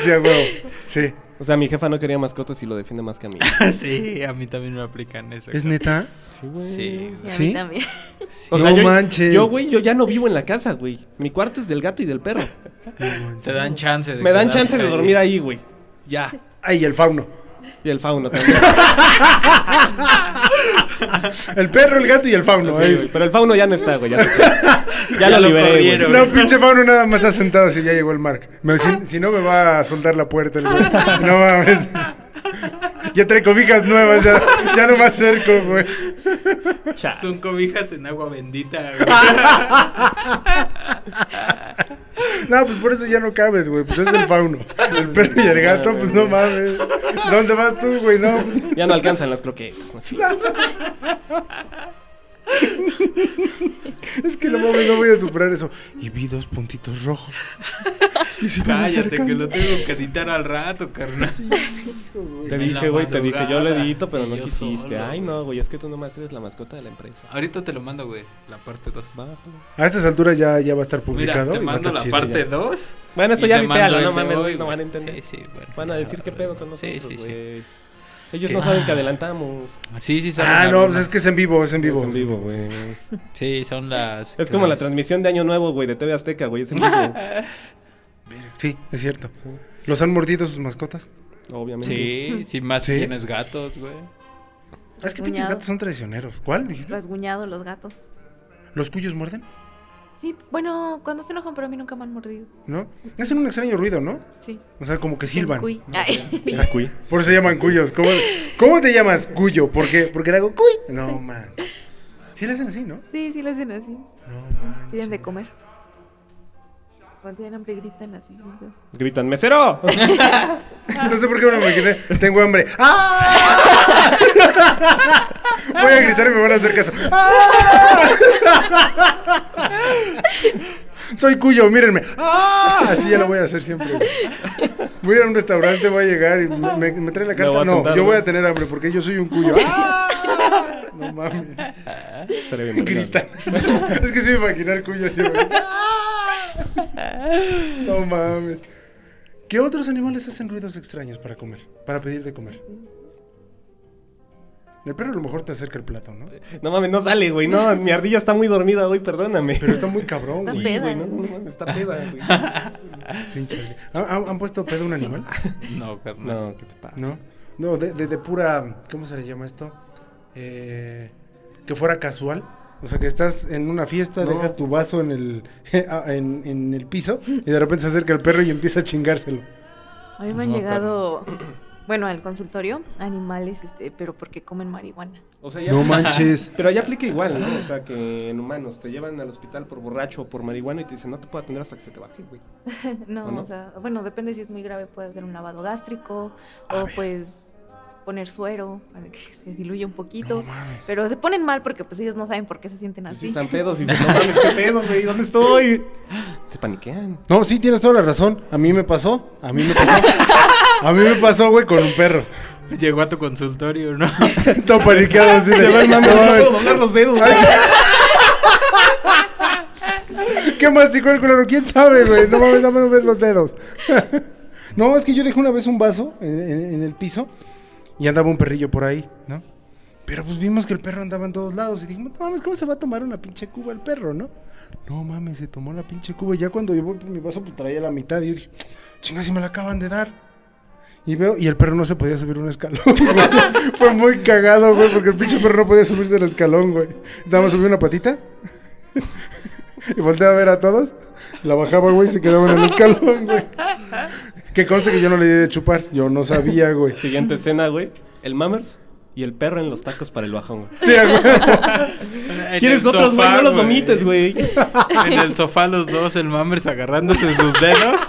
[SPEAKER 2] Sí, a huevo. Sí.
[SPEAKER 3] O sea, mi jefa no quería mascotas y lo defiende más que a mí.
[SPEAKER 6] Sí, a mí también me aplican eso.
[SPEAKER 2] ¿Es neta?
[SPEAKER 3] Sí, güey.
[SPEAKER 4] Sí.
[SPEAKER 5] Sí, a
[SPEAKER 2] ¿Sí?
[SPEAKER 5] mí también.
[SPEAKER 3] O sea,
[SPEAKER 2] No
[SPEAKER 3] yo,
[SPEAKER 2] manches.
[SPEAKER 3] Yo, güey, yo ya no vivo en la casa, güey. Mi cuarto es del gato y del perro.
[SPEAKER 4] Te dan chance. De
[SPEAKER 3] Me dan
[SPEAKER 4] quedarte
[SPEAKER 3] chance de
[SPEAKER 4] ahí.
[SPEAKER 3] dormir ahí, güey. Ya.
[SPEAKER 2] Ay, y el fauno.
[SPEAKER 3] Y el fauno también.
[SPEAKER 2] El perro, el gato y el fauno.
[SPEAKER 3] Sí,
[SPEAKER 2] ahí.
[SPEAKER 3] güey. Pero el fauno ya no está, güey. Ya, se fue. Ya
[SPEAKER 6] Ya
[SPEAKER 3] lo
[SPEAKER 6] lo
[SPEAKER 3] liberé,
[SPEAKER 6] corrieron.
[SPEAKER 3] güey.
[SPEAKER 2] No, pinche fauno nada más está sentado así, ya llegó el Mark. Me- si, si no, me va a soltar la puerta el güey. No mames. Ya trae cobijas nuevas, ya, ya no me acerco, güey.
[SPEAKER 6] Son cobijas en agua bendita, güey.
[SPEAKER 2] No, pues por eso ya no cabes, güey. Pues es el fauno. El perro y el gato, pues no mames. ¿Dónde vas tú, güey? No. pues,
[SPEAKER 3] Ya no alcanzan las croquetas, no chingues.
[SPEAKER 2] Es que no mames, no voy a superar eso. Y vi dos puntitos rojos. Y si me
[SPEAKER 6] Cállate,
[SPEAKER 2] acercan.
[SPEAKER 6] que lo tengo que editar al rato, carnal.
[SPEAKER 3] Te
[SPEAKER 6] En
[SPEAKER 3] dije,
[SPEAKER 6] la
[SPEAKER 3] güey, te dije, yo lo
[SPEAKER 6] madrugada,
[SPEAKER 3] edito, pero
[SPEAKER 4] y
[SPEAKER 3] no
[SPEAKER 4] yo
[SPEAKER 3] quisiste.
[SPEAKER 4] solo.
[SPEAKER 3] Ay, no, güey, es que tú nomás eres la mascota de la empresa.
[SPEAKER 4] Ahorita te lo mando, güey. La parte 2.
[SPEAKER 3] Bájalo.
[SPEAKER 2] A estas alturas ya, ya va a estar
[SPEAKER 4] Mira,
[SPEAKER 2] publicado.
[SPEAKER 4] te
[SPEAKER 2] y va a
[SPEAKER 4] mando
[SPEAKER 2] estar
[SPEAKER 4] la
[SPEAKER 2] chido
[SPEAKER 4] parte
[SPEAKER 2] ya. Ah,
[SPEAKER 4] 2.
[SPEAKER 3] Bueno, esto
[SPEAKER 4] y
[SPEAKER 3] ya
[SPEAKER 4] te mando
[SPEAKER 3] vipéalo, no
[SPEAKER 4] el de
[SPEAKER 3] mames,
[SPEAKER 4] hoy,
[SPEAKER 3] no van a
[SPEAKER 4] güey.
[SPEAKER 3] entender.
[SPEAKER 4] Sí, sí, bueno,
[SPEAKER 3] Van a
[SPEAKER 4] ya,
[SPEAKER 3] decir qué
[SPEAKER 4] güey.
[SPEAKER 3] pedo con
[SPEAKER 4] Sí,
[SPEAKER 3] nosotros,
[SPEAKER 4] sí, sí.
[SPEAKER 3] güey. Ellos
[SPEAKER 4] ¿Qué?
[SPEAKER 3] no saben que adelantamos.
[SPEAKER 4] Sí, sí, saben
[SPEAKER 2] Ah, no, pues
[SPEAKER 4] algunas.
[SPEAKER 2] es que es en vivo, es en vivo.
[SPEAKER 3] Es en vivo, güey.
[SPEAKER 4] Sí, son las.
[SPEAKER 3] Es como la
[SPEAKER 4] las-
[SPEAKER 3] transmisión de Año Nuevo, güey, de TV Azteca, güey. Es en vivo,
[SPEAKER 2] Sí, es cierto. ¿Los han mordido sus mascotas?
[SPEAKER 3] obviamente.
[SPEAKER 4] Sí, sí, más
[SPEAKER 2] Sí.
[SPEAKER 4] tienes gatos, güey.
[SPEAKER 2] Es que pinches
[SPEAKER 5] Rasguñado.
[SPEAKER 2] gatos son traicioneros. ¿Cuál dijiste?
[SPEAKER 5] Rasguñado los gatos.
[SPEAKER 2] ¿Los cuyos muerden?
[SPEAKER 5] Sí, bueno, cuando se enojan, pero a mí nunca me han mordido.
[SPEAKER 2] ¿No? Hacen un extraño ruido, ¿no?
[SPEAKER 5] Sí.
[SPEAKER 2] O sea, como que silban.
[SPEAKER 5] Cuy. Ay.
[SPEAKER 3] Ah, cuy.
[SPEAKER 2] Por eso se llaman cuyos. ¿Cómo, cómo te llamas cuyo? ¿Por qué? Porque le hago cuy. No, man. Sí le hacen así, ¿no?
[SPEAKER 5] Sí, sí lo hacen así.
[SPEAKER 2] No, man.
[SPEAKER 5] Piden de comer. Cuando tienen hambre gritan así.
[SPEAKER 3] Gritan, ¡mesero!
[SPEAKER 2] No sé por qué me lo imaginé. Tengo hambre. ¡Ah! Voy a gritar y me van a hacer caso. ¡Ah! Soy cuyo, mírenme. ¡Ah! Así ya lo voy a hacer siempre. güey. Voy a ir a un restaurante, voy a llegar y me, me- me trae la
[SPEAKER 3] Me voy
[SPEAKER 2] carta.
[SPEAKER 3] a
[SPEAKER 2] no,
[SPEAKER 3] sentar,
[SPEAKER 2] yo voy
[SPEAKER 3] güey.
[SPEAKER 2] a tener hambre porque yo soy un cuyo. ¡Ah! No mames.
[SPEAKER 3] Estaría bien, vergas,
[SPEAKER 2] Grita. Es que sí me imaginar cuyo así. güey. No mames. ¿Qué otros animales hacen ruidos extraños para comer? Para pedir de comer. El perro a lo mejor te acerca el plato, ¿no?
[SPEAKER 3] güey. No mames, no sale, güey. No, mi ardilla está muy dormida hoy, perdóname.
[SPEAKER 2] Pero está muy cabrón,
[SPEAKER 5] Está
[SPEAKER 2] güey.
[SPEAKER 5] peda.
[SPEAKER 3] Güey, no, no mames, está peda, güey.
[SPEAKER 2] pinche ardilla. ¿Han, han- han puesto pedo a un animal?
[SPEAKER 4] No, carnal.
[SPEAKER 3] No, ¿qué te pasa?
[SPEAKER 2] ¿No? No, de, de- de pura. ¿Cómo se le llama esto? Eh, que fuera casual. O sea, que estás en una fiesta,
[SPEAKER 3] No.
[SPEAKER 2] dejas tu vaso en el, ah, en, en el piso y de repente se acerca el perro y empieza a chingárselo.
[SPEAKER 5] A mí me han llegado, bueno, al consultorio, animales, este, pero porque comen marihuana.
[SPEAKER 3] O sea,
[SPEAKER 2] No manches.
[SPEAKER 3] Pero allá aplica igual, ¿no? O sea, que en humanos te llevan al hospital por borracho o por marihuana y te dicen, no te puedo atender hasta que se te baje, güey.
[SPEAKER 5] No,
[SPEAKER 3] ¿O no?
[SPEAKER 5] o sea, bueno, depende si es muy grave, puede hacer un lavado gástrico o pues poner suero para que se diluya un poquito. pero se ponen mal porque pues ellos no saben por qué se sienten
[SPEAKER 3] Pues sí,
[SPEAKER 5] así.
[SPEAKER 3] están pedos y dicen, no mames, qué pedo, güey, ¿dónde estoy? Se paniquean.
[SPEAKER 2] No, sí, tienes toda la razón. A mí me pasó. A mí me pasó. A mí me pasó, güey, con un perro.
[SPEAKER 6] Llegó a tu consultorio, ¿no?
[SPEAKER 2] Todo paniqueado así de,
[SPEAKER 3] Mami, no
[SPEAKER 2] "Ay,
[SPEAKER 3] puedo doblar los dedos, güey.
[SPEAKER 2] ¿Qué masticó el culero? ¿Quién sabe, güey? No mames, dame ver los dedos. No, es que yo dejé una vez un vaso en, en- en el piso y andaba un perrillo por ahí, ¿no? Pero pues vimos que el perro andaba en todos lados y dijimos, no mames, ¿cómo se va a tomar una pinche cuba el perro, no? No mames, se tomó la pinche cuba. Y Ya cuando yo voy por mi vaso, pues traía la mitad y yo dije, chinga, si me la acaban de dar. Y veo, y el perro no se podía subir un escalón, güey. Fue muy cagado, güey, porque el pinche perro no podía subirse el escalón, güey. Nada más subí una patita y volteé a ver a todos. La bajaba, güey, y se quedaba en el escalón, güey. Que conste que yo no le di de chupar. Yo no sabía, güey.
[SPEAKER 3] Siguiente escena, güey. El Mammers Y el perro en los tacos para el bajón, güey.
[SPEAKER 2] Sí, a huevo.
[SPEAKER 9] En
[SPEAKER 3] ¿Quieres
[SPEAKER 9] el
[SPEAKER 3] otros, güey?
[SPEAKER 9] sofá,
[SPEAKER 3] No los vomites, güey.
[SPEAKER 9] En el sofá los dos, el Mammers agarrándose de sus dedos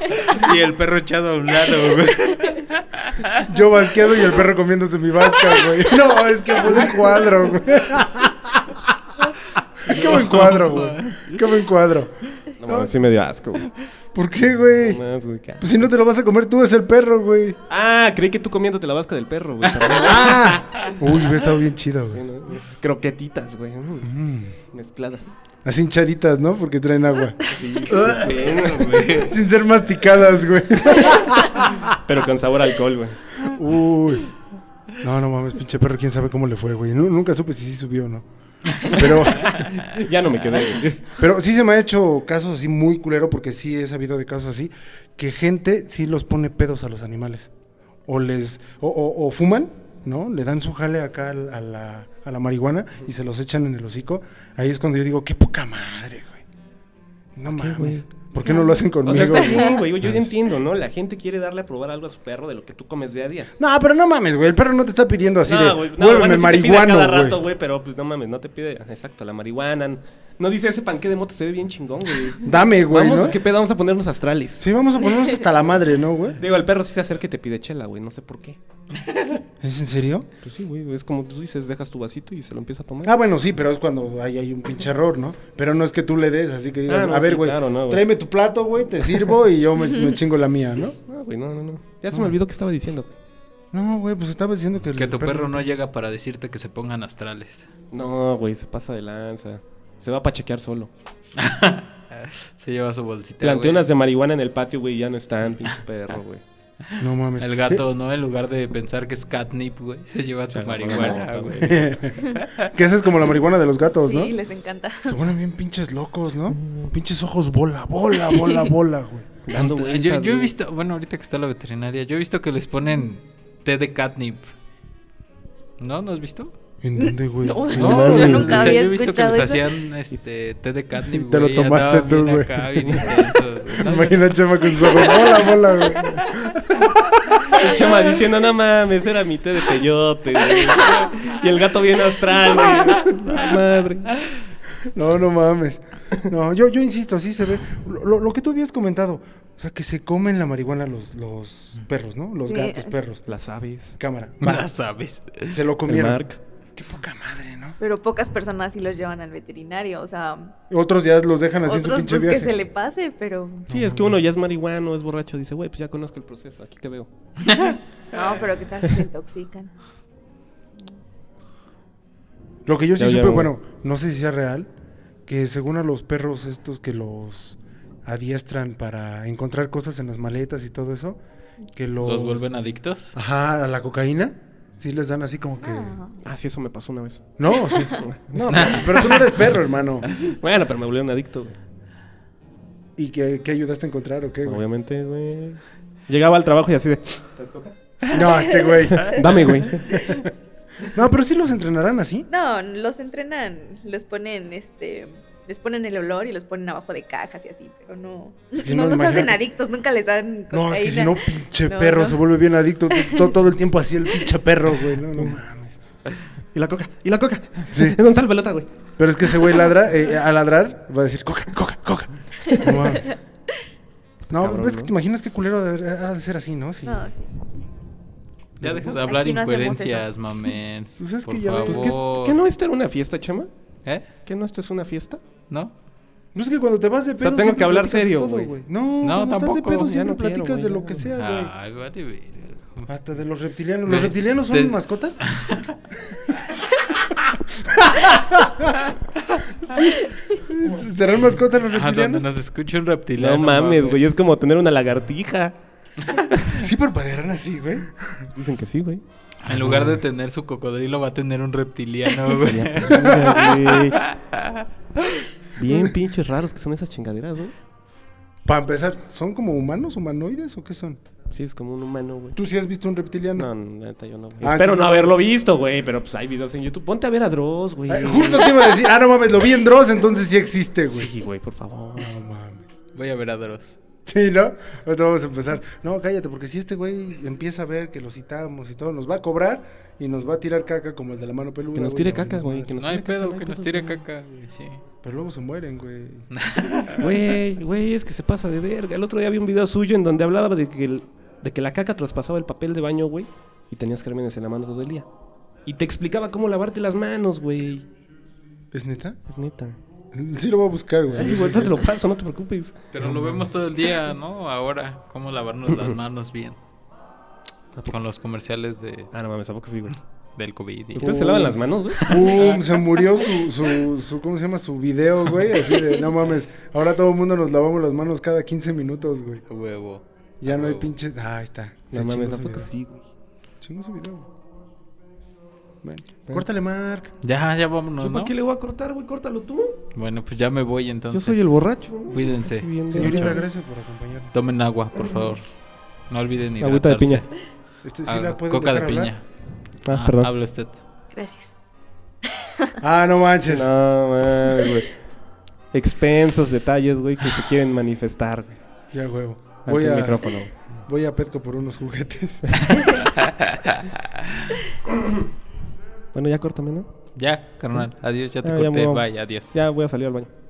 [SPEAKER 9] y el perro echado a un lado, güey.
[SPEAKER 2] Yo basqueado y el perro comiéndose mi vasca, güey. No, es que fue un cuadro, güey. Qué buen cuadro, güey. Qué buen cuadro.
[SPEAKER 3] No, mames, sí me dio asco, güey.
[SPEAKER 2] ¿Por qué,
[SPEAKER 3] No
[SPEAKER 2] güey?
[SPEAKER 3] mames, güey, qué asco.
[SPEAKER 2] Pues si no te lo vas a comer tú, es el perro, güey.
[SPEAKER 3] Ah, creí que tú comiéndote la vasca del perro, güey. pero no,
[SPEAKER 2] ¡Ah! Uy, hubiera estado bien chido,
[SPEAKER 3] sí,
[SPEAKER 2] güey.
[SPEAKER 3] no, güey. Croquetitas, güey. mm,
[SPEAKER 2] Mm.
[SPEAKER 3] Mezcladas.
[SPEAKER 2] Así hinchaditas, ¿no? Porque traen agua.
[SPEAKER 3] Sí, bueno, güey.
[SPEAKER 2] Sin ser masticadas, güey.
[SPEAKER 3] Pero con sabor a alcohol, güey.
[SPEAKER 2] Uy. No, no mames, pinche perro, quién sabe cómo le fue, güey. Nu- Nunca supe si sí subió o no. Pero,
[SPEAKER 3] Ya no me quedé, güey.
[SPEAKER 2] pero sí se me ha hecho casos así muy culero, porque sí he sabido de casos así, que gente sí los pone pedos a los animales. O les, o, o- o fuman, ¿no? Le dan su jale acá al- a la, a la marihuana y se los echan en el hocico. Ahí es cuando yo digo, qué poca madre, güey. No mames. ¿Por qué no lo hacen conmigo?
[SPEAKER 3] O sea, está
[SPEAKER 2] güey?
[SPEAKER 3] bien, güey. Yo ya entiendo, ¿no? La gente quiere darle a probar algo a su perro de lo que tú comes día a día.
[SPEAKER 2] No, pero no mames, güey. El perro no te está pidiendo así de,
[SPEAKER 3] güey,
[SPEAKER 2] vuélveme
[SPEAKER 3] bueno, sí te pide a cada
[SPEAKER 2] marihuano,
[SPEAKER 3] rato,
[SPEAKER 2] güey.
[SPEAKER 3] güey, pero pues no mames, no te pide, exacto, la marihuana. No dice ese panque de mota se ve bien chingón, güey.
[SPEAKER 2] Dame, güey,
[SPEAKER 3] vamos,
[SPEAKER 2] ¿no?
[SPEAKER 3] ¿qué pedo? Vamos a ponernos astrales.
[SPEAKER 2] Sí, vamos a ponernos hasta la madre, ¿no, güey?
[SPEAKER 3] Digo, el perro sí se acerca y te pide chela, güey, no sé por qué.
[SPEAKER 2] ¿Es en serio?
[SPEAKER 3] Pues sí, güey, es como tú dices, dejas tu vasito y se lo empieza a tomar.
[SPEAKER 2] Ah, bueno, sí, pero es cuando hay, hay un pinche error, ¿no? Pero no es que tú le des, así que digas,
[SPEAKER 3] Ah, no,
[SPEAKER 2] a ver,
[SPEAKER 3] sí,
[SPEAKER 2] güey,
[SPEAKER 3] claro, no, güey.
[SPEAKER 2] tráeme tu plato, güey, te sirvo y yo me, me chingo la mía, ¿no?
[SPEAKER 3] No, güey, no, no, no. Ya se me olvidó qué estaba diciendo, güey.
[SPEAKER 2] No, güey, pues estaba diciendo que...
[SPEAKER 4] Que
[SPEAKER 2] el
[SPEAKER 4] tu perro no llega para decirte que se pongan astrales.
[SPEAKER 3] No, güey, se pasa de lanza. Se va a pachequear solo.
[SPEAKER 4] Se lleva su bolsita.
[SPEAKER 3] Planté
[SPEAKER 4] güey.
[SPEAKER 3] unas de marihuana en el patio, güey, y ya no están, pinche perro, güey.
[SPEAKER 2] No mames.
[SPEAKER 4] El gato, ¿no? En lugar de pensar que es catnip, güey, se lleva tu
[SPEAKER 3] Chale,
[SPEAKER 4] marihuana,
[SPEAKER 3] no,
[SPEAKER 4] güey.
[SPEAKER 2] que esa es como la marihuana de los gatos,
[SPEAKER 5] Sí,
[SPEAKER 2] ¿no?
[SPEAKER 5] les encanta.
[SPEAKER 2] Se ponen bien pinches locos, ¿no? Pinches ojos bola, bola, bola, bola, güey.
[SPEAKER 3] Dando vueltas,
[SPEAKER 4] Yo, yo he
[SPEAKER 3] güey.
[SPEAKER 4] visto, bueno, ahorita que está la veterinaria, yo he visto que les ponen té de catnip. ¿No? ¿No has visto?
[SPEAKER 2] ¿En dónde, güey?
[SPEAKER 5] No,
[SPEAKER 2] Sí,
[SPEAKER 5] no,
[SPEAKER 2] mames.
[SPEAKER 5] yo nunca había
[SPEAKER 4] yo he visto que les
[SPEAKER 5] escuchado
[SPEAKER 4] hacían este, té de catnip,
[SPEAKER 2] Te lo
[SPEAKER 4] güey, y
[SPEAKER 2] tomaste
[SPEAKER 4] andaban
[SPEAKER 2] tú,
[SPEAKER 4] bien
[SPEAKER 2] güey.
[SPEAKER 4] acá, bien intensos, güey. No, yo-
[SPEAKER 2] Imagina a Chema con su ojo bola, bola, güey.
[SPEAKER 3] El chama diciendo, no mames, era mi té de peyote. güey". Y el gato bien austral, güey. La madre.
[SPEAKER 2] No, no mames. No, yo, yo insisto, sí se ve. Lo, lo- lo que tú habías comentado, o sea, que se comen la marihuana los, los perros, ¿no? Los
[SPEAKER 5] Sí.
[SPEAKER 2] gatos, perros.
[SPEAKER 3] Las aves.
[SPEAKER 2] Cámara.
[SPEAKER 4] Ya sabes.
[SPEAKER 2] Se lo
[SPEAKER 3] El
[SPEAKER 2] comieron.
[SPEAKER 3] Mark.
[SPEAKER 2] Qué poca madre, ¿no?
[SPEAKER 5] Pero pocas personas sí los llevan al veterinario. O sea,
[SPEAKER 2] Otros ya los dejan así en su
[SPEAKER 5] otros
[SPEAKER 2] pinche
[SPEAKER 5] pues
[SPEAKER 2] viaje.
[SPEAKER 5] que se le pase, pero.
[SPEAKER 3] Sí, es que uno ya es marihuano, es borracho. Dice, güey, pues ya conozco el proceso, aquí te veo.
[SPEAKER 5] No, pero que tal si se intoxican.
[SPEAKER 2] Lo que yo sí
[SPEAKER 3] Ya, ya,
[SPEAKER 2] supe,
[SPEAKER 3] güey.
[SPEAKER 2] bueno, no sé si sea real, que según a los perros estos que los adiestran para encontrar cosas en las maletas y todo eso, que los...
[SPEAKER 4] ¿Los vuelven adictos?
[SPEAKER 2] Ajá, a la cocaína. Sí les dan así como que...
[SPEAKER 5] Ah,
[SPEAKER 3] Ah, sí, eso me pasó una vez.
[SPEAKER 2] No, sí. No, pero- pero tú no eres perro, hermano.
[SPEAKER 3] Bueno, pero me volvieron adicto, güey.
[SPEAKER 2] ¿Y qué, qué ayudaste a encontrar o qué, güey?
[SPEAKER 3] Obviamente, güey. Llegaba al trabajo y así de,
[SPEAKER 2] No, este güey.
[SPEAKER 3] dame, güey.
[SPEAKER 2] No, pero sí los entrenarán así.
[SPEAKER 5] No, los entrenan, los ponen, este, les ponen el olor y los ponen abajo de cajas y así, pero no,
[SPEAKER 2] Sí,
[SPEAKER 5] no,
[SPEAKER 2] no,
[SPEAKER 5] los hacen
[SPEAKER 2] imagínate.
[SPEAKER 5] adictos, nunca les dan
[SPEAKER 2] No, es que si no,
[SPEAKER 5] cocaína.
[SPEAKER 2] pinche
[SPEAKER 5] No,
[SPEAKER 2] perro
[SPEAKER 5] no.
[SPEAKER 2] se vuelve bien adicto. to- to- Todo el tiempo así el pinche perro, güey. No, no mames.
[SPEAKER 3] Y la coca, y la coca.
[SPEAKER 2] Sí.
[SPEAKER 3] ¿Dónde está la pelota, güey?
[SPEAKER 2] Pero es que ese güey ladra, eh, a ladrar va a decir coca, coca, coca. No mames. No,
[SPEAKER 3] Cabrón,
[SPEAKER 2] es que te imaginas qué culero de ver- ha de ser así, ¿no? Sí.
[SPEAKER 5] No, sí.
[SPEAKER 4] Ya dejas de hablar
[SPEAKER 5] Aquí no hacemos
[SPEAKER 4] incoherencias, mamens.
[SPEAKER 2] Pues es que
[SPEAKER 4] por
[SPEAKER 2] ya ves.
[SPEAKER 3] Pues, ¿qué, es-
[SPEAKER 4] favor.
[SPEAKER 3] qué no esta era una fiesta, chama?
[SPEAKER 4] ¿Eh?
[SPEAKER 3] ¿Qué no esto es una fiesta?
[SPEAKER 4] ¿No?
[SPEAKER 2] No Pues es que cuando te vas de pedo.
[SPEAKER 3] tengo
[SPEAKER 2] siempre
[SPEAKER 3] que hablar
[SPEAKER 2] platicas de
[SPEAKER 3] serio,
[SPEAKER 2] todo,
[SPEAKER 3] güey.
[SPEAKER 2] No,
[SPEAKER 4] No,
[SPEAKER 2] cuando estás de
[SPEAKER 4] tampoco,
[SPEAKER 2] pedo
[SPEAKER 4] ya
[SPEAKER 2] siempre
[SPEAKER 3] no quiero,
[SPEAKER 2] platicas de
[SPEAKER 3] güey,
[SPEAKER 2] lo
[SPEAKER 3] ya
[SPEAKER 2] que
[SPEAKER 3] no. Ah.
[SPEAKER 2] sea, güey.
[SPEAKER 4] Ay, vale, verga.
[SPEAKER 2] Hasta de los reptilianos. ¿Los
[SPEAKER 4] Güey,
[SPEAKER 2] reptilianos son
[SPEAKER 4] te-
[SPEAKER 2] mascotas? Sí. ¿Serán mascotas los
[SPEAKER 4] Ah, donde
[SPEAKER 2] reptilianos?
[SPEAKER 4] nos escucha un
[SPEAKER 3] No,
[SPEAKER 4] reptiliano.
[SPEAKER 3] mames, güey, es como tener una lagartija.
[SPEAKER 2] Sí parpadearán así, güey.
[SPEAKER 3] Dicen que sí, güey.
[SPEAKER 4] En lugar de tener su cocodrilo, va a tener un reptiliano, güey.
[SPEAKER 3] Bien pinches raros que son esas chingaderas, ¿no?
[SPEAKER 2] Para empezar, ¿son como humanos, humanoides o qué son?
[SPEAKER 3] Sí, es como un humano, güey.
[SPEAKER 2] ¿Tú sí has visto un reptiliano?
[SPEAKER 3] No, no, la neta, yo no. güey.
[SPEAKER 2] Ah,
[SPEAKER 3] Espero
[SPEAKER 2] tú
[SPEAKER 3] no
[SPEAKER 2] no.
[SPEAKER 3] haberlo visto, güey, pero pues hay videos en YouTube. Ponte a ver a Dross, güey.
[SPEAKER 2] Ay, Eh, justo te iba a decir, ah, no mames, lo vi en Dross, entonces sí existe, güey.
[SPEAKER 3] Sí, güey, por favor.
[SPEAKER 2] No mames.
[SPEAKER 4] Voy a ver a Dross.
[SPEAKER 2] Sí, ¿no? Ahorita vamos a empezar. No, cállate, porque si este güey empieza a ver que lo citamos y todo, nos va a cobrar y nos va a tirar caca como el de la mano peluda.
[SPEAKER 3] Que nos
[SPEAKER 2] güey,
[SPEAKER 3] tire
[SPEAKER 2] no,
[SPEAKER 3] cacas, güey.
[SPEAKER 2] madre.
[SPEAKER 3] Que nos
[SPEAKER 4] No hay
[SPEAKER 3] tire caca,
[SPEAKER 4] pedo
[SPEAKER 3] no
[SPEAKER 4] que
[SPEAKER 3] hay
[SPEAKER 4] nos
[SPEAKER 3] pedo.
[SPEAKER 4] tire caca, güey, sí.
[SPEAKER 2] Pero luego se mueren, güey.
[SPEAKER 3] Güey, güey, es que se pasa de verga. El otro día vi un video suyo en donde hablaba de que, el- de que la caca traspasaba el papel de baño, güey, y tenías gérmenes en la mano todo el día. Y te explicaba cómo lavarte las manos, güey.
[SPEAKER 2] ¿Es neta?
[SPEAKER 3] Es neta.
[SPEAKER 2] Sí lo voy a buscar, güey.
[SPEAKER 3] Sí, güey, ahorita te lo paso, no te preocupes.
[SPEAKER 4] Pero lo vemos todo el día, ¿no? Ahora, cómo lavarnos las manos bien. Con los comerciales de,
[SPEAKER 3] Ah, no mames, ¿a poco sí, güey?
[SPEAKER 4] del COVID. y-
[SPEAKER 3] ¿Ustedes se lavan las manos, güey?
[SPEAKER 2] ¡Pum! Se murió su, su, su, ¿cómo se llama? Su video, güey. Así de, no mames. Ahora todo el mundo nos lavamos las manos cada 15 minutos, güey.
[SPEAKER 4] Huevo.
[SPEAKER 2] Ya no hay pinches. Ah, ahí está. Se
[SPEAKER 3] No mames,
[SPEAKER 2] chingó
[SPEAKER 3] ¿a
[SPEAKER 2] su
[SPEAKER 3] poco
[SPEAKER 2] video.
[SPEAKER 3] sí, güey?
[SPEAKER 2] Chingó su video. güey. Bueno, córtale, Mark.
[SPEAKER 4] Ya, ya vámonos,
[SPEAKER 3] ¿Yo
[SPEAKER 4] ¿no?
[SPEAKER 3] para qué le voy a cortar, güey? Córtalo tú.
[SPEAKER 4] Bueno, pues ya me voy entonces.
[SPEAKER 3] Yo soy el borracho. güey.
[SPEAKER 4] Cuídense.
[SPEAKER 3] Sí, bien, bien.
[SPEAKER 2] Señorita,
[SPEAKER 4] chao.
[SPEAKER 2] gracias por acompañarnos.
[SPEAKER 4] Tomen agua, por favor. No olviden hidratarse.
[SPEAKER 3] Agüita de piña.
[SPEAKER 2] Este, sí
[SPEAKER 4] Ah,
[SPEAKER 2] la puedo
[SPEAKER 4] coca de
[SPEAKER 2] dejar hablar?
[SPEAKER 4] piña.
[SPEAKER 3] Ah, perdón.
[SPEAKER 4] Habla usted.
[SPEAKER 5] Gracias.
[SPEAKER 2] Ah, no manches.
[SPEAKER 3] No mames, güey. Expensos, detalles, güey, que se quieren manifestar, güey.
[SPEAKER 2] Ya, huevo. Voy
[SPEAKER 3] Ante el
[SPEAKER 2] a,
[SPEAKER 3] micrófono. güey.
[SPEAKER 2] voy a Petco por unos juguetes.
[SPEAKER 3] Bueno, ya córtame, ¿no?
[SPEAKER 4] Ya, carnal. Adiós, ya te
[SPEAKER 3] Ah, ya me
[SPEAKER 4] corté.
[SPEAKER 3] voy. Ah,
[SPEAKER 4] Bye, adiós.
[SPEAKER 3] Ya voy a salir al baño.